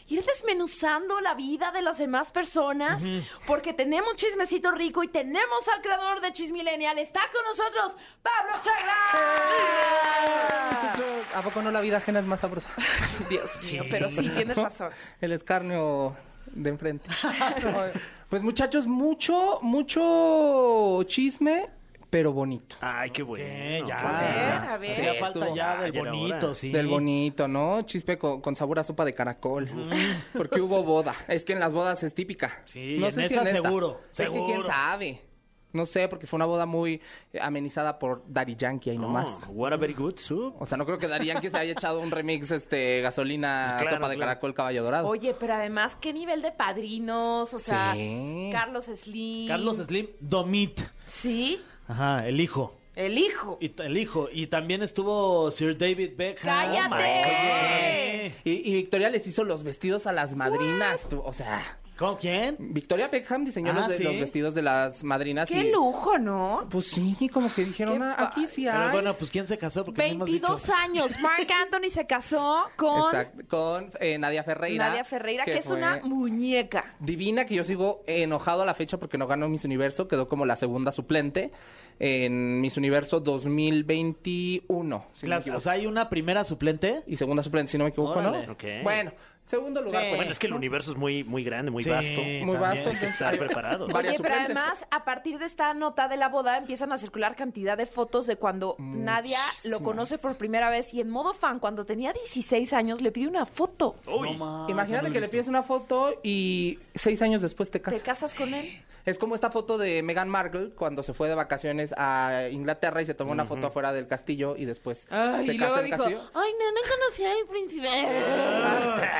Speaker 2: ir desmenuzando la vida de las demás personas, porque tenemos chismecito rico y tenemos al creador de Chismilenial. Está con nosotros Pablo Chagra.
Speaker 7: Muchachos, ¿a poco no la vida ajena es más sabrosa?
Speaker 2: Dios mío, pero sí, tienes razón.
Speaker 7: El escarnio de enfrente. pues muchachos, mucho, mucho chisme, pero bonito.
Speaker 3: Ay, qué bueno.
Speaker 4: Eh, ya.
Speaker 3: Pues,
Speaker 2: Bien,
Speaker 3: Exa.
Speaker 2: a ver.
Speaker 4: Hacía
Speaker 7: Sí,
Speaker 4: falta
Speaker 7: estuvo-
Speaker 4: ya
Speaker 3: Ah,
Speaker 4: del
Speaker 3: ya era
Speaker 4: bonito,
Speaker 3: hora.
Speaker 4: sí.
Speaker 7: Del bonito, ¿no? Chispe co- con, sabor a sopa de caracol. Porque hubo boda. Es que en las bodas es típica.
Speaker 4: Sí, en esa
Speaker 7: esta.
Speaker 4: seguro,
Speaker 7: Es que quién
Speaker 4: seguro.
Speaker 7: sabe. No sé, porque fue una boda muy eh, amenizada por Daddy Yankee ahí nomás.
Speaker 3: Oh, what a very good soup.
Speaker 7: O sea, no creo que Daddy Yankee se haya echado un remix, este, gasolina,
Speaker 3: Claro,
Speaker 7: sopa de
Speaker 3: claro.
Speaker 7: caracol, caballo dorado.
Speaker 2: Oye, pero además, qué nivel de padrinos, o sea,
Speaker 7: Sí.
Speaker 2: Carlos Slim.
Speaker 4: Carlos Slim Domit.
Speaker 2: Sí,
Speaker 4: Ajá, el hijo.
Speaker 2: el hijo.
Speaker 4: Y t- el hijo. Y también estuvo Sir David Beckham. Oh
Speaker 2: ¡Cállate!
Speaker 4: Michael Jackson.
Speaker 7: Y, y Victoria les hizo los vestidos a las madrinas, tú, o sea,
Speaker 4: ¿Con quién?
Speaker 7: Victoria Beckham diseñó
Speaker 4: Ah,
Speaker 7: los, de-
Speaker 4: ¿sí?
Speaker 7: los vestidos de las madrinas.
Speaker 2: Qué
Speaker 7: y-
Speaker 2: lujo, ¿no?
Speaker 7: Pues sí, como que dijeron,
Speaker 2: Qué
Speaker 7: "Ah, aquí sí hay.
Speaker 4: Pero bueno, pues ¿quién se casó? Porque no hemos dicho.
Speaker 2: 22 años. Mark Anthony se casó con
Speaker 7: Exacto, con eh, Nadia Ferreira.
Speaker 2: Nadia Ferreira, que, es
Speaker 7: fue
Speaker 2: una muñeca.
Speaker 7: Divina, que yo sigo enojado a la fecha porque no ganó Miss Universo, quedó como la segunda suplente en Miss Universo 2021. si no me
Speaker 4: Las-
Speaker 7: equivoco.
Speaker 4: o sea, hay una primera suplente.
Speaker 7: y segunda suplente, si no me equivoco,
Speaker 4: Órale.
Speaker 7: ¿no?
Speaker 3: Ok.
Speaker 7: Bueno, segundo lugar.
Speaker 4: Sí.
Speaker 7: pues.
Speaker 3: Bueno, es que el universo es muy, muy grande, muy
Speaker 4: Sí,
Speaker 3: vasto.
Speaker 4: también.
Speaker 7: Muy vasto,
Speaker 3: Hay que
Speaker 7: entonces,
Speaker 3: estar
Speaker 7: hay-
Speaker 3: preparados.
Speaker 7: varias
Speaker 2: Oye, pero
Speaker 7: suplentes.
Speaker 2: además, a partir de esta nota de la boda, empiezan a circular cantidad de fotos de cuando Nadia lo
Speaker 7: Muchísimas.
Speaker 2: conoce por primera vez y en modo fan, cuando tenía 16 años, le pide una foto.
Speaker 3: Uy.
Speaker 7: Imagínate que le pides una foto y seis años después te casas.
Speaker 2: ¿Te casas con él?
Speaker 7: Es como esta foto de Meghan Markle cuando se fue de vacaciones a Inglaterra y se tomó una foto afuera del castillo y después se
Speaker 2: y
Speaker 7: casa
Speaker 2: luego
Speaker 7: en
Speaker 2: dijo,
Speaker 7: castillo.
Speaker 2: ay, no, no conocía al príncipe.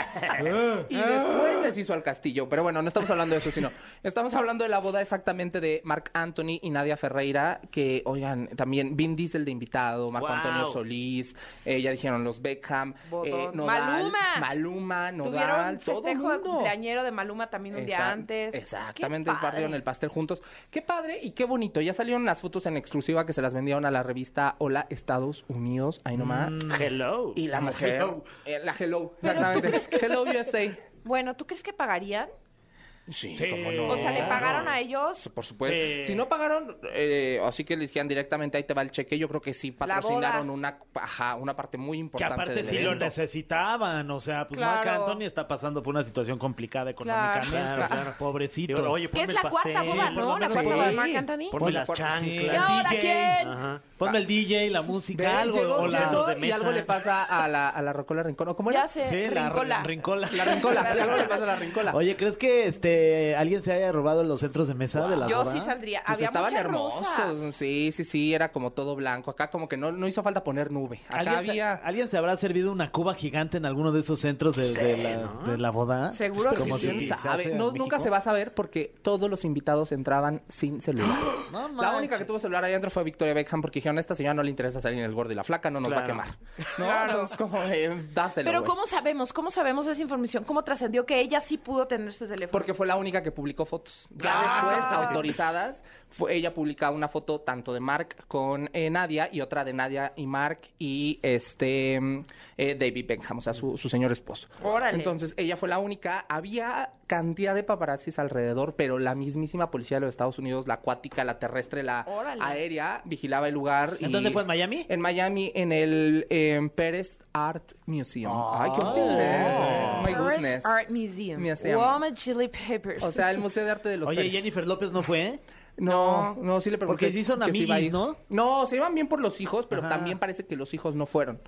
Speaker 7: Y después deshizo al castillo. Pero bueno, no estamos hablando de eso, sino estamos hablando de la boda exactamente de Marc Anthony y Nadia Ferreira, que, oigan, también Vin Diesel de invitado, Marco
Speaker 3: Wow.
Speaker 7: Antonio Solís, eh, ya dijeron los Beckham, eh,
Speaker 2: Bodón.
Speaker 7: Nodal,
Speaker 2: Maluma.
Speaker 7: Maluma, Nodal,
Speaker 2: Tuvieron
Speaker 7: todo
Speaker 2: festejo de
Speaker 7: mundo.
Speaker 2: cumpleañero de Maluma también un día
Speaker 7: Exact-
Speaker 2: antes.
Speaker 7: Exactamente,
Speaker 2: Qué
Speaker 7: partieron
Speaker 2: padre.
Speaker 7: el pastel juntos. Qué padre y qué bonito. Ya salieron las fotos en exclusiva que se las vendieron a la revista Hola Estados Unidos, ahí nomás.
Speaker 3: Mm. Hello.
Speaker 7: Y la mujer.
Speaker 4: Hello.
Speaker 7: eh, la Hello,
Speaker 2: Pero, ¿tú
Speaker 7: exactamente.
Speaker 2: crees que-
Speaker 7: Hello USA.
Speaker 2: Bueno, ¿tú crees que pagarían?
Speaker 7: Sí,
Speaker 4: Sí.
Speaker 7: cómo no.
Speaker 2: O sea, ¿le
Speaker 3: Claro.
Speaker 2: pagaron a ellos?
Speaker 7: Por supuesto.
Speaker 3: Sí.
Speaker 7: Si no pagaron, eh, así que les dijeron directamente, ahí te va el cheque. Yo creo que sí patrocinaron
Speaker 2: boda.
Speaker 7: una, ajá, una parte muy
Speaker 4: Que
Speaker 7: importante.
Speaker 4: aparte
Speaker 7: del
Speaker 4: sí lo
Speaker 7: evento.
Speaker 4: necesitaban, o sea, pues Marc
Speaker 2: Claro.
Speaker 4: Anthony está pasando por una situación complicada
Speaker 2: Claro.
Speaker 4: económicamente.
Speaker 3: Claro, claro.
Speaker 4: Pobrecito.
Speaker 3: Digo, Oye,
Speaker 2: Que
Speaker 3: ponme
Speaker 2: es
Speaker 3: el
Speaker 2: la cuarta
Speaker 3: pastel.
Speaker 2: boda,
Speaker 4: por
Speaker 2: ¿no?
Speaker 4: lo
Speaker 2: La
Speaker 4: menos
Speaker 2: cuarta
Speaker 4: sí.
Speaker 2: boda de Marc Anthony.
Speaker 3: Ponme
Speaker 7: Pon la
Speaker 3: las
Speaker 7: cuarta, sí.
Speaker 4: ¿Y
Speaker 2: ¿Y
Speaker 3: chanclas.
Speaker 2: ahora
Speaker 4: DJ.
Speaker 2: quién?
Speaker 3: Ajá.
Speaker 4: Ponme el DJ, la música,
Speaker 7: Ve,
Speaker 4: algo.
Speaker 7: llegó,
Speaker 4: o la-
Speaker 7: llegó
Speaker 4: los de
Speaker 7: y
Speaker 4: mesa.
Speaker 7: algo le pasa a la, a la Rocola Rincón. ¿o ¿Cómo era?
Speaker 2: Ya sé,
Speaker 4: Sí, la
Speaker 2: Rincola.
Speaker 4: rin- rincola.
Speaker 7: La Rincola, sí, algo le pasa a la Rincola.
Speaker 4: Oye, ¿crees que este alguien se haya robado los centros de mesa de la
Speaker 2: Yo
Speaker 4: boda?
Speaker 2: sí saldría.
Speaker 7: Pues
Speaker 2: Había
Speaker 7: estaban
Speaker 2: muchas
Speaker 7: hermosos.
Speaker 2: rosas.
Speaker 7: Sí, sí, sí, era como todo blanco. Acá como que no, no hizo falta poner nube. Acá
Speaker 4: ¿Alguien se,
Speaker 7: había...
Speaker 4: alguien se habrá servido una cuba gigante en alguno de esos centros de, de la, de la boda?
Speaker 2: Seguro
Speaker 4: Pues,
Speaker 2: que
Speaker 4: como
Speaker 2: sí.
Speaker 7: ¿Quién
Speaker 4: si se
Speaker 7: sabe?
Speaker 4: hace en
Speaker 7: No, nunca
Speaker 4: México.
Speaker 7: se va a saber porque todos los invitados entraban sin celular.
Speaker 4: No
Speaker 7: la
Speaker 4: manches.
Speaker 7: única que tuvo celular ahí adentro fue Victoria Beckham porque dijeron, a esta señora no le interesa salir en el gordo y la flaca, no nos va a
Speaker 3: Claro.
Speaker 7: quemar. No, claro. como, eh, dáselo,
Speaker 2: Pero
Speaker 7: güey.
Speaker 2: ¿cómo sabemos? ¿Cómo sabemos esa información? ¿Cómo trascendió que ella sí pudo tener su teléfono?
Speaker 7: Porque fue la única que publicó fotos. Ya después, autorizadas, fue, ella publicaba una foto tanto de Mark con eh, Nadia y otra de Nadia y Mark y este mm, eh, David Beckham, o sea, su, su señor esposo.
Speaker 2: Órale.
Speaker 7: Entonces, ella fue la única. Había cantidad de paparazzis alrededor, pero la mismísima policía de los Estados Unidos, la acuática, la terrestre, la
Speaker 2: Órale.
Speaker 7: aérea, vigilaba el lugar.
Speaker 4: ¿En
Speaker 7: y-
Speaker 4: dónde fue? ¿En Miami?
Speaker 7: En Miami, en el em, Perez Art Museum. Ay, qué
Speaker 4: Oh.
Speaker 7: goodness. My
Speaker 2: Paris
Speaker 7: goodness.
Speaker 2: Art Museum.
Speaker 7: Museum.
Speaker 2: Walnut Chili Peppers.
Speaker 7: O sea, el Museo de Arte de los
Speaker 4: Oye,
Speaker 7: Pérez.
Speaker 4: Jennifer López no fue. ¿eh?
Speaker 7: No, no, sí le pregunté.
Speaker 4: Porque sí son
Speaker 7: que iba a
Speaker 4: amiguis,
Speaker 7: ir.
Speaker 4: ¿no?
Speaker 7: No, se iban bien por los hijos, pero
Speaker 4: Ajá.
Speaker 7: también parece que los hijos no fueron.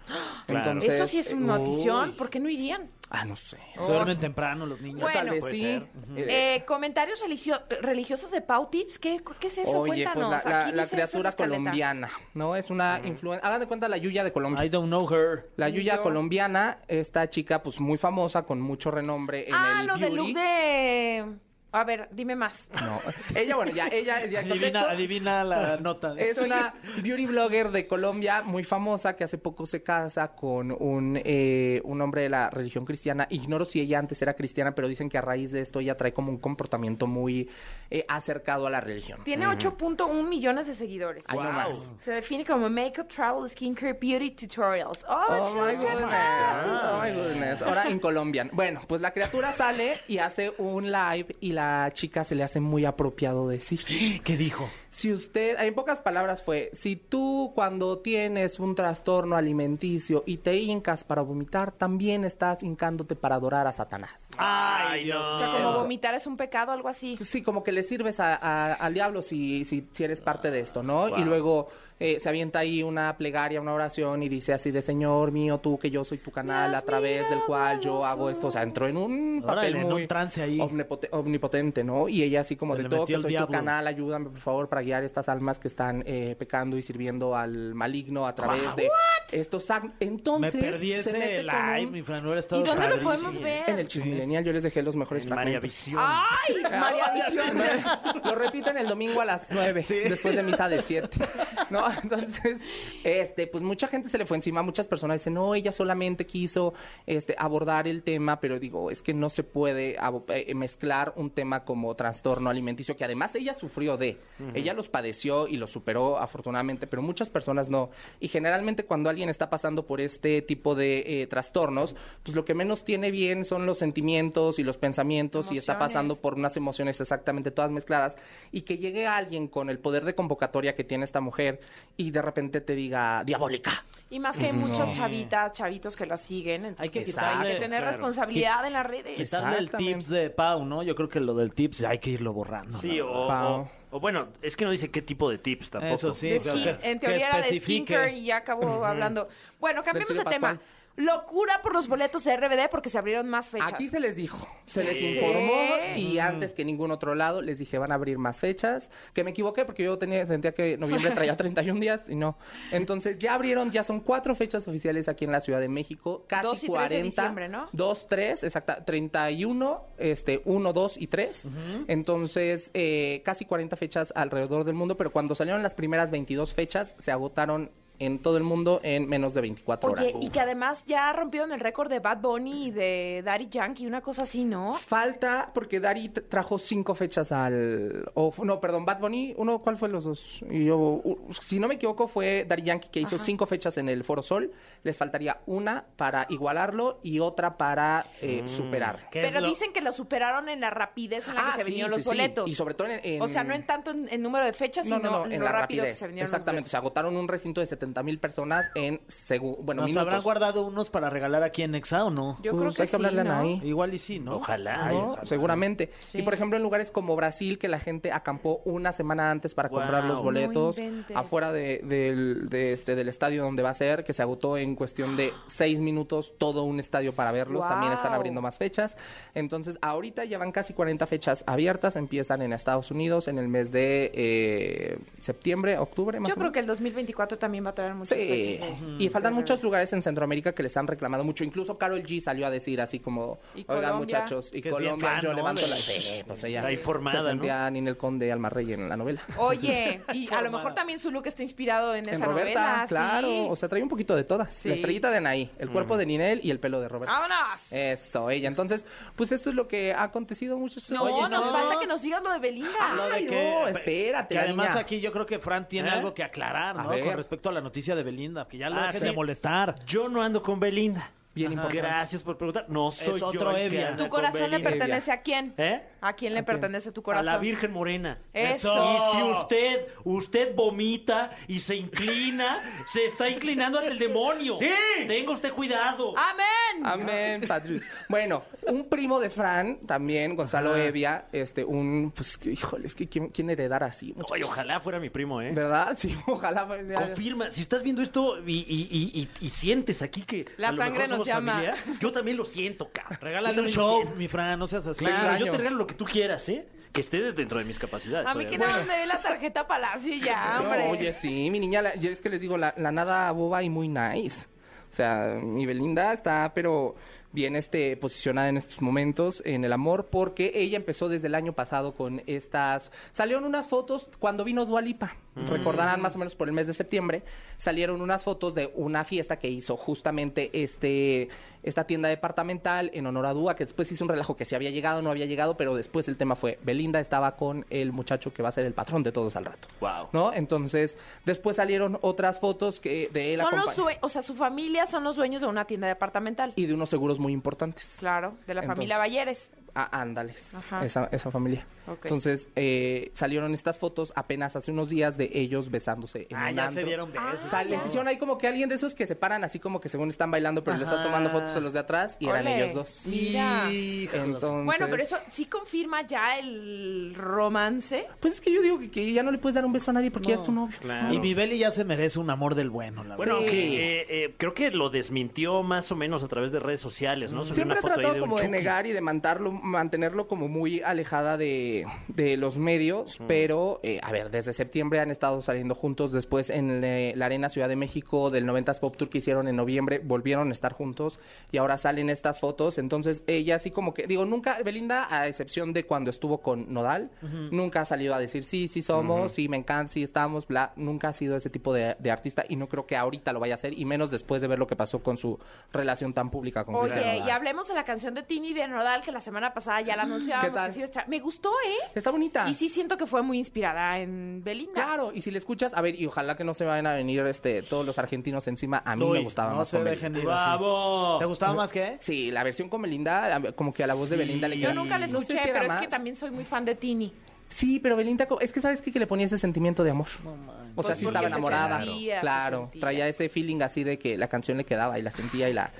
Speaker 7: Entonces,
Speaker 2: Eso sí es una
Speaker 7: eh,
Speaker 2: notición.
Speaker 7: uy.
Speaker 2: ¿Por qué no irían?
Speaker 7: Ah, no sé.
Speaker 4: Se duermen temprano los niños. pues,
Speaker 2: Bueno,
Speaker 7: Tal vez
Speaker 2: puede
Speaker 7: sí.
Speaker 4: ser.
Speaker 7: Eh,
Speaker 2: Eh, comentarios religio- religiosos de Pau Tips. ¿Qué, qué es eso?
Speaker 7: Oye, pues
Speaker 2: Cuéntanos.
Speaker 7: la, la-
Speaker 2: Aquí dice eso
Speaker 7: la
Speaker 2: en
Speaker 7: criatura
Speaker 2: escaleta.
Speaker 7: colombiana, ¿no? Es una influencia. Hagan de cuenta la Yuya de Colombia.
Speaker 4: I don't know her.
Speaker 7: La Yuya
Speaker 2: Yo.
Speaker 7: colombiana, esta chica, pues muy famosa, con mucho renombre en
Speaker 2: Ah,
Speaker 7: el
Speaker 2: lo del
Speaker 7: beauty.
Speaker 2: look de. A ver, dime más.
Speaker 7: No. Ella, bueno, ya, ella, ya el
Speaker 4: Adivina,
Speaker 7: contexto,
Speaker 4: adivina la nota.
Speaker 7: Es una beauty blogger de Colombia muy famosa que hace poco se casa con un, eh, un hombre de la religión cristiana. Ignoro si ella antes era cristiana, pero dicen que a raíz de esto ella trae como un comportamiento muy eh, acercado a la religión.
Speaker 2: Tiene 8.1 millones de seguidores.
Speaker 7: Ay, no más.
Speaker 2: Se define como Makeup, Travel, Skincare, Beauty Tutorials. Oh,
Speaker 7: Oh my
Speaker 2: my
Speaker 7: goodness, oh my goodness. Ahora en Colombian. Bueno, pues la criatura sale y hace un live y la chica se le hace muy apropiado decir.
Speaker 4: ¿Qué dijo?
Speaker 7: Si usted, en pocas palabras fue, si tú cuando tienes un trastorno alimenticio y te hincas para vomitar, también estás hincándote para adorar a Satanás.
Speaker 4: Ay,
Speaker 2: O
Speaker 4: Dios.
Speaker 2: sea, como vomitar es un pecado, algo así.
Speaker 7: pues Sí, como que le sirves a- a- al diablo si, si, si eres parte de esto, ¿no? Y luego eh, se avienta ahí una plegaria, una oración y dice así de Señor mío, tú que yo soy tu canal
Speaker 2: Me
Speaker 7: a
Speaker 2: has
Speaker 7: través del
Speaker 2: mirado
Speaker 7: cual
Speaker 2: a
Speaker 7: yo
Speaker 2: los
Speaker 7: hago esto. O sea, entró en un papel
Speaker 4: Órale, en un
Speaker 7: muy
Speaker 4: trance ahí.
Speaker 7: omnipote- omnipotente, ¿no? Y ella así como
Speaker 4: Se
Speaker 7: de
Speaker 4: le
Speaker 7: todo
Speaker 4: metió
Speaker 7: que
Speaker 4: el
Speaker 7: soy tu
Speaker 4: diablo".
Speaker 7: canal, ayúdame por favor para guiar estas almas que están eh, pecando y sirviendo al maligno a través de estos actos.
Speaker 4: Me
Speaker 7: Entonces,
Speaker 4: perdí
Speaker 7: se
Speaker 4: ese
Speaker 7: mete con un-
Speaker 4: live, mi Fran, hubiera estado
Speaker 2: ¿Y dónde lo
Speaker 4: padrísimo.
Speaker 2: podemos ver?
Speaker 7: En el Chismilenial yo les dejé los mejores
Speaker 3: En María
Speaker 7: fragmentos.
Speaker 3: Visión.
Speaker 2: ¡Ay!
Speaker 7: María Visión. Lo repiten el domingo a las 9, después de misa de 7. ¿No? Entonces, este, pues mucha gente se le fue encima, muchas personas dicen, "No, ella solamente quiso este abordar el tema", pero digo, es que no se puede abo- eh, mezclar un tema como trastorno alimenticio que además ella sufrió de. Ella los padeció y los superó afortunadamente, pero muchas personas no. Y generalmente cuando alguien está pasando por este tipo de eh, trastornos, pues lo que menos tiene bien son los sentimientos y los pensamientos y está pasando
Speaker 2: Emociones.
Speaker 7: por unas emociones exactamente todas mezcladas y que llegue alguien con el poder de convocatoria que tiene esta mujer y de repente te diga diabólica.
Speaker 2: Y más que hay muchas chavitas, chavitos que lo siguen. entonces
Speaker 4: Hay que
Speaker 2: hay
Speaker 4: quitarle,
Speaker 2: que tener
Speaker 4: claro.
Speaker 2: responsabilidad en las redes.
Speaker 4: Quitarle el
Speaker 7: Exactamente.
Speaker 4: tips de Pau, ¿no? Yo creo que lo del tips hay que irlo borrando.
Speaker 3: Sí, o,
Speaker 7: Pau.
Speaker 3: o- o bueno, es que no dice qué tipo de tips tampoco.
Speaker 4: Eso sí.
Speaker 2: De
Speaker 4: o sea,
Speaker 2: skin-
Speaker 4: que-
Speaker 2: en
Speaker 4: que
Speaker 2: teoría era de
Speaker 4: especifique.
Speaker 2: skincare y ya acabó hablando. Bueno, cambiemos
Speaker 7: Del
Speaker 2: de
Speaker 7: siglo
Speaker 2: tema. Locura por los boletos de RBD porque se abrieron más fechas. Mm.
Speaker 7: Aquí se les dijo, se les
Speaker 3: Sí.
Speaker 7: informó y antes que ningún otro lado les dije van a abrir más fechas, que me equivoqué porque yo tenía sentía que noviembre traía 31 días y no. Entonces ya abrieron, ya son cuatro fechas oficiales aquí en la Ciudad de México, casi
Speaker 2: Dos y tres de
Speaker 7: 40.
Speaker 2: diciembre, ¿no?
Speaker 7: 2, 3, exacta, 31, este, 1, 2 y 3. Entonces, eh, casi 40 fechas alrededor del mundo, pero cuando salieron las primeras 22 fechas, se agotaron en todo el mundo en menos de 24
Speaker 2: Oye,
Speaker 7: horas.
Speaker 2: y que además ya rompieron el récord de Bad Bunny y de Daddy Yankee, una cosa así, ¿no?
Speaker 7: Falta, porque Dari t- trajo cinco fechas al. o fu- no, perdón, Bad Bunny. Uno, ¿cuál fue los dos? Y yo, u- si no me equivoco, fue Dari Yankee que hizo cinco fechas en el Foro Sol. Les faltaría una para igualarlo y otra para eh, superarlo.
Speaker 4: ¿Qué es
Speaker 2: Pero
Speaker 4: lo-
Speaker 2: dicen que lo superaron en la rapidez en la que
Speaker 7: Ah,
Speaker 2: se
Speaker 7: sí,
Speaker 2: vinieron
Speaker 7: sí,
Speaker 2: los
Speaker 7: sí.
Speaker 2: boletos.
Speaker 7: Y sobre todo en- en-
Speaker 2: O sea, no en tanto en, en número de fechas,
Speaker 7: No,
Speaker 2: sino
Speaker 7: no, no,
Speaker 2: en
Speaker 7: en
Speaker 2: lo
Speaker 7: la
Speaker 2: rápido que
Speaker 7: rapidez.
Speaker 2: se vinieron
Speaker 7: Exactamente,
Speaker 2: los
Speaker 7: se agotaron un recinto de 70 mil personas en segu- bueno,
Speaker 4: ¿Nos
Speaker 7: minutos.
Speaker 4: habrán guardado unos para regalar aquí en Exa o no?
Speaker 2: boletos. Yo
Speaker 7: Pues
Speaker 2: creo que
Speaker 7: hay que
Speaker 2: sí,
Speaker 7: hablarle a
Speaker 2: ¿no?
Speaker 7: Anaí.
Speaker 4: Igual y sí, ¿no?
Speaker 3: Ojalá.
Speaker 7: ¿no?
Speaker 3: ojalá.
Speaker 7: Seguramente.
Speaker 2: Sí.
Speaker 7: Y por ejemplo, en lugares como Brasil, que la gente acampó una semana antes para
Speaker 3: Wow.
Speaker 7: comprar los
Speaker 3: No
Speaker 7: boletos
Speaker 2: inventes.
Speaker 7: afuera de- del, de este, del estadio donde va a ser, que se agotó en cuestión de seis minutos todo un estadio para verlos. También están
Speaker 2: Wow.
Speaker 7: abriendo más fechas. Entonces, ahorita ya van casi 40 fechas abiertas. Empiezan en Estados Unidos en el mes de eh, septiembre, octubre, más
Speaker 2: Yo
Speaker 7: o menos.
Speaker 2: creo que el 2024 también va a todavía en muchas
Speaker 7: Sí.
Speaker 2: fechas.
Speaker 7: Y faltan muchos lugares en Centroamérica que les han reclamado mucho. Incluso Carol G salió a decir así como,
Speaker 2: Y
Speaker 7: oigan
Speaker 2: Colombia,
Speaker 7: muchachos, y
Speaker 4: que es bien
Speaker 7: Colombia,
Speaker 4: fan,
Speaker 7: yo
Speaker 4: ¿no?
Speaker 7: levanto
Speaker 4: De-
Speaker 7: la... Sí, pues ella
Speaker 3: Está ahí formada,
Speaker 7: se sentía Ninel Conde Almarrey en la novela.
Speaker 2: Oye, y a lo
Speaker 4: Formada.
Speaker 2: mejor también su look está inspirado en,
Speaker 7: en
Speaker 2: Oh, esa
Speaker 7: Roberta,
Speaker 2: novela. sí.
Speaker 7: claro. O sea, trae un poquito de todas.
Speaker 2: Sí.
Speaker 7: La estrellita de Anaí, el cuerpo de Ninel y el pelo de Roberta. eh,
Speaker 2: ¡Vámonos!
Speaker 7: Eso, ella. Entonces, pues esto es lo que ha acontecido muchas
Speaker 2: No,
Speaker 7: Oye,
Speaker 2: nos falta que nos digas lo de
Speaker 3: Ah,
Speaker 2: Belinda.
Speaker 4: Lo de
Speaker 7: Ay,
Speaker 4: que-
Speaker 7: no, espérate,
Speaker 4: que
Speaker 7: la
Speaker 4: además
Speaker 7: niña.
Speaker 4: aquí yo creo que Fran tiene
Speaker 3: ¿Eh?
Speaker 4: algo que aclarar,
Speaker 7: A
Speaker 4: ¿no?
Speaker 7: ver.
Speaker 4: Con respecto a la noticia de Belinda, que ya lo
Speaker 3: Ah,
Speaker 4: dejen
Speaker 3: sí.
Speaker 4: de molestar.
Speaker 3: Yo no ando con Belinda.
Speaker 7: Bien
Speaker 3: Ajá.
Speaker 7: importante.
Speaker 3: Gracias por preguntar. No soy yo
Speaker 4: otro
Speaker 3: el que
Speaker 4: Evian.
Speaker 3: anda
Speaker 2: ¿Tu
Speaker 3: con
Speaker 2: corazón le
Speaker 3: Belinda.
Speaker 2: pertenece a quién?
Speaker 3: ¿Eh?
Speaker 2: ¿A quién le pertenece tu corazón?
Speaker 3: A la Virgen Morena.
Speaker 2: Eso.
Speaker 3: Y si usted, usted vomita y se inclina, se está inclinando ante el demonio. ¡Sí! Tenga usted cuidado.
Speaker 2: Ah. ¡Amén!
Speaker 7: Amén, Patrius. Bueno, un primo de Fran, también, Gonzalo Evia, este, un, pues, que, híjole, es que quién, quién heredar así, muchachos?
Speaker 3: Oye, ojalá fuera mi primo, ¿eh?
Speaker 7: ¿Verdad? Sí, ojalá. pues, ya-
Speaker 3: Confirma, si estás viendo esto y, y- y- y- y sientes aquí que
Speaker 2: La
Speaker 3: a lo
Speaker 2: sangre nos
Speaker 3: mejor somos
Speaker 2: llama.
Speaker 3: familia, yo también lo siento, cabrón.
Speaker 4: Regálale
Speaker 3: Yo
Speaker 4: un
Speaker 3: también lo
Speaker 4: show,
Speaker 3: siento.
Speaker 4: mi Fran, no seas así.
Speaker 3: Claro,
Speaker 7: extraño.
Speaker 3: yo te regalo lo que tú quieras, ¿eh? Que esté dentro de mis capacidades.
Speaker 2: A mí que
Speaker 3: obviamente.
Speaker 2: nada más me dé la tarjeta Palacio y ya,
Speaker 7: No,
Speaker 2: hombre.
Speaker 7: oye, sí, mi niña, la- yo es que les digo, la, la nada boba y muy nice. O sea, mi Belinda está, pero bien este, posicionada en estos momentos en el amor, porque ella empezó desde el año pasado con estas. Salieron unas fotos cuando vino Dualipa. Recordarán más o menos por el mes de septiembre. Salieron unas fotos de una fiesta que hizo justamente este, esta tienda departamental en honor a Dua, que después hizo un relajo que si había llegado no había llegado, pero después el tema fue: Belinda estaba con el muchacho que va a ser el patrón de todos al rato.
Speaker 3: Wow.
Speaker 7: ¿no? Entonces, después salieron otras fotos que de él
Speaker 2: son los
Speaker 7: acompañ-
Speaker 2: due- o sea, su familia son los dueños de una tienda departamental.
Speaker 7: y de unos seguros muy importantes.
Speaker 2: Claro, de la
Speaker 7: Entonces.
Speaker 2: familia Valleres.
Speaker 7: Ah, ándales,
Speaker 2: Ajá.
Speaker 7: esa, esa familia.
Speaker 2: Ok.
Speaker 7: Entonces, eh, salieron estas fotos apenas hace unos días de ellos besándose en
Speaker 4: Ah,
Speaker 7: un
Speaker 4: ya
Speaker 7: antro.
Speaker 4: se dieron besos.
Speaker 2: Ah,
Speaker 7: O sea, les hicieron ahí como que alguien de esos que se paran así como que según están bailando, pero le estás
Speaker 4: Ajá.
Speaker 7: tomando fotos a los de atrás y eran
Speaker 2: Ole.
Speaker 7: ellos dos.
Speaker 2: Mira.
Speaker 7: Entonces,
Speaker 2: Bueno, pero eso sí confirma ya el romance.
Speaker 7: Pues es que yo digo que, que ya no le pueys dar un beso a nadie porque ya es tu novio.
Speaker 3: Claro.
Speaker 4: Y mi Beli ya se merece un amor del bueno, la
Speaker 3: Bueno,
Speaker 7: Sí.
Speaker 4: verdad.
Speaker 3: aunque, eh, eh, creo que lo desmintió más o menos a través de redes sociales, ¿no? Subió una
Speaker 7: Siempre ha
Speaker 3: foto ahí
Speaker 7: tratado
Speaker 3: un
Speaker 7: como de
Speaker 3: Chucky.
Speaker 7: negar y de mantarlo- mantenerlo como muy alejada de, de los medios, pero eh, a ver, desde septiembre han estado saliendo juntos, después en eh, la Arena Ciudad de México del 90s Pop Tour que hicieron en noviembre, volvieron a estar juntos y ahora salen estas fotos, entonces ella así como que, digo, nunca, Belinda, a excepción de cuando estuvo con Nodal, nunca ha salido a decir, sí, sí somos, sí me encanta, sí estamos, bla, nunca ha sido ese tipo de, de artista y no creo que ahorita lo vaya a hacer y menos después de ver lo que pasó con su relación tan pública con
Speaker 2: Oye,
Speaker 7: Cristian
Speaker 2: y
Speaker 7: Nodal.
Speaker 2: hablemos de la canción de Tini de Nodal que la semana pasada ya la anunciábamos.
Speaker 7: ¿Qué tal?
Speaker 2: que sí iba a estar. Me gustó, ¿eh?
Speaker 7: Está bonita.
Speaker 2: Y sí siento que fue muy inspirada en Belinda.
Speaker 7: Claro, y si le escuchas, a ver, y ojalá que no se vayan a venir este todos los argentinos encima. A mí
Speaker 4: Uy,
Speaker 7: me gustaba
Speaker 4: no
Speaker 7: más
Speaker 4: se
Speaker 7: con
Speaker 4: dejen
Speaker 7: Belinda.
Speaker 4: ir así.
Speaker 3: ¡Bravo!
Speaker 4: ¿Te gustaba más que?
Speaker 7: Sí, la versión con Belinda, a- como que a la voz de Belinda le
Speaker 2: Yo
Speaker 7: queda-
Speaker 2: nunca la
Speaker 7: No sé
Speaker 2: escuché,
Speaker 7: si era
Speaker 2: pero es
Speaker 7: más.
Speaker 2: que también soy muy fan de Tini.
Speaker 7: Sí, pero Belinda, co- es que sabes qué? que le ponía ese sentimiento de amor. o sea,
Speaker 2: Pues
Speaker 7: sí
Speaker 2: porque
Speaker 7: estaba
Speaker 2: se
Speaker 7: enamorada.
Speaker 2: sentía, se
Speaker 7: claro,
Speaker 2: sentía.
Speaker 7: traía ese feeling así de que la canción le quedaba y la sentía y la,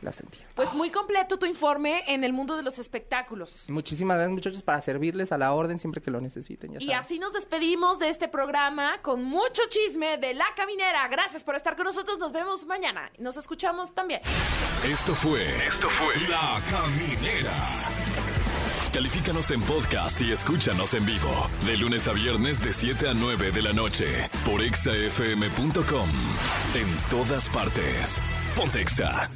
Speaker 7: la sentía.
Speaker 2: Pues muy completo tu informe en el mundo de los espectáculos.
Speaker 7: Muchísimas gracias, muchachos, para servirles a la orden siempre que lo necesiten. ya
Speaker 2: Y
Speaker 7: saben.
Speaker 2: así nos despedimos de este programa con mucho chisme de La Caminera. Gracias por estar con nosotros. Nos vemos mañana. Nos escuchamos también.
Speaker 1: Esto fue. Esto fue. La Caminera. Califícanos en podcast y escúchanos en vivo. De lunes a viernes de 7 a 9 de la noche. Por exafm.com. En todas partes. Pontexa.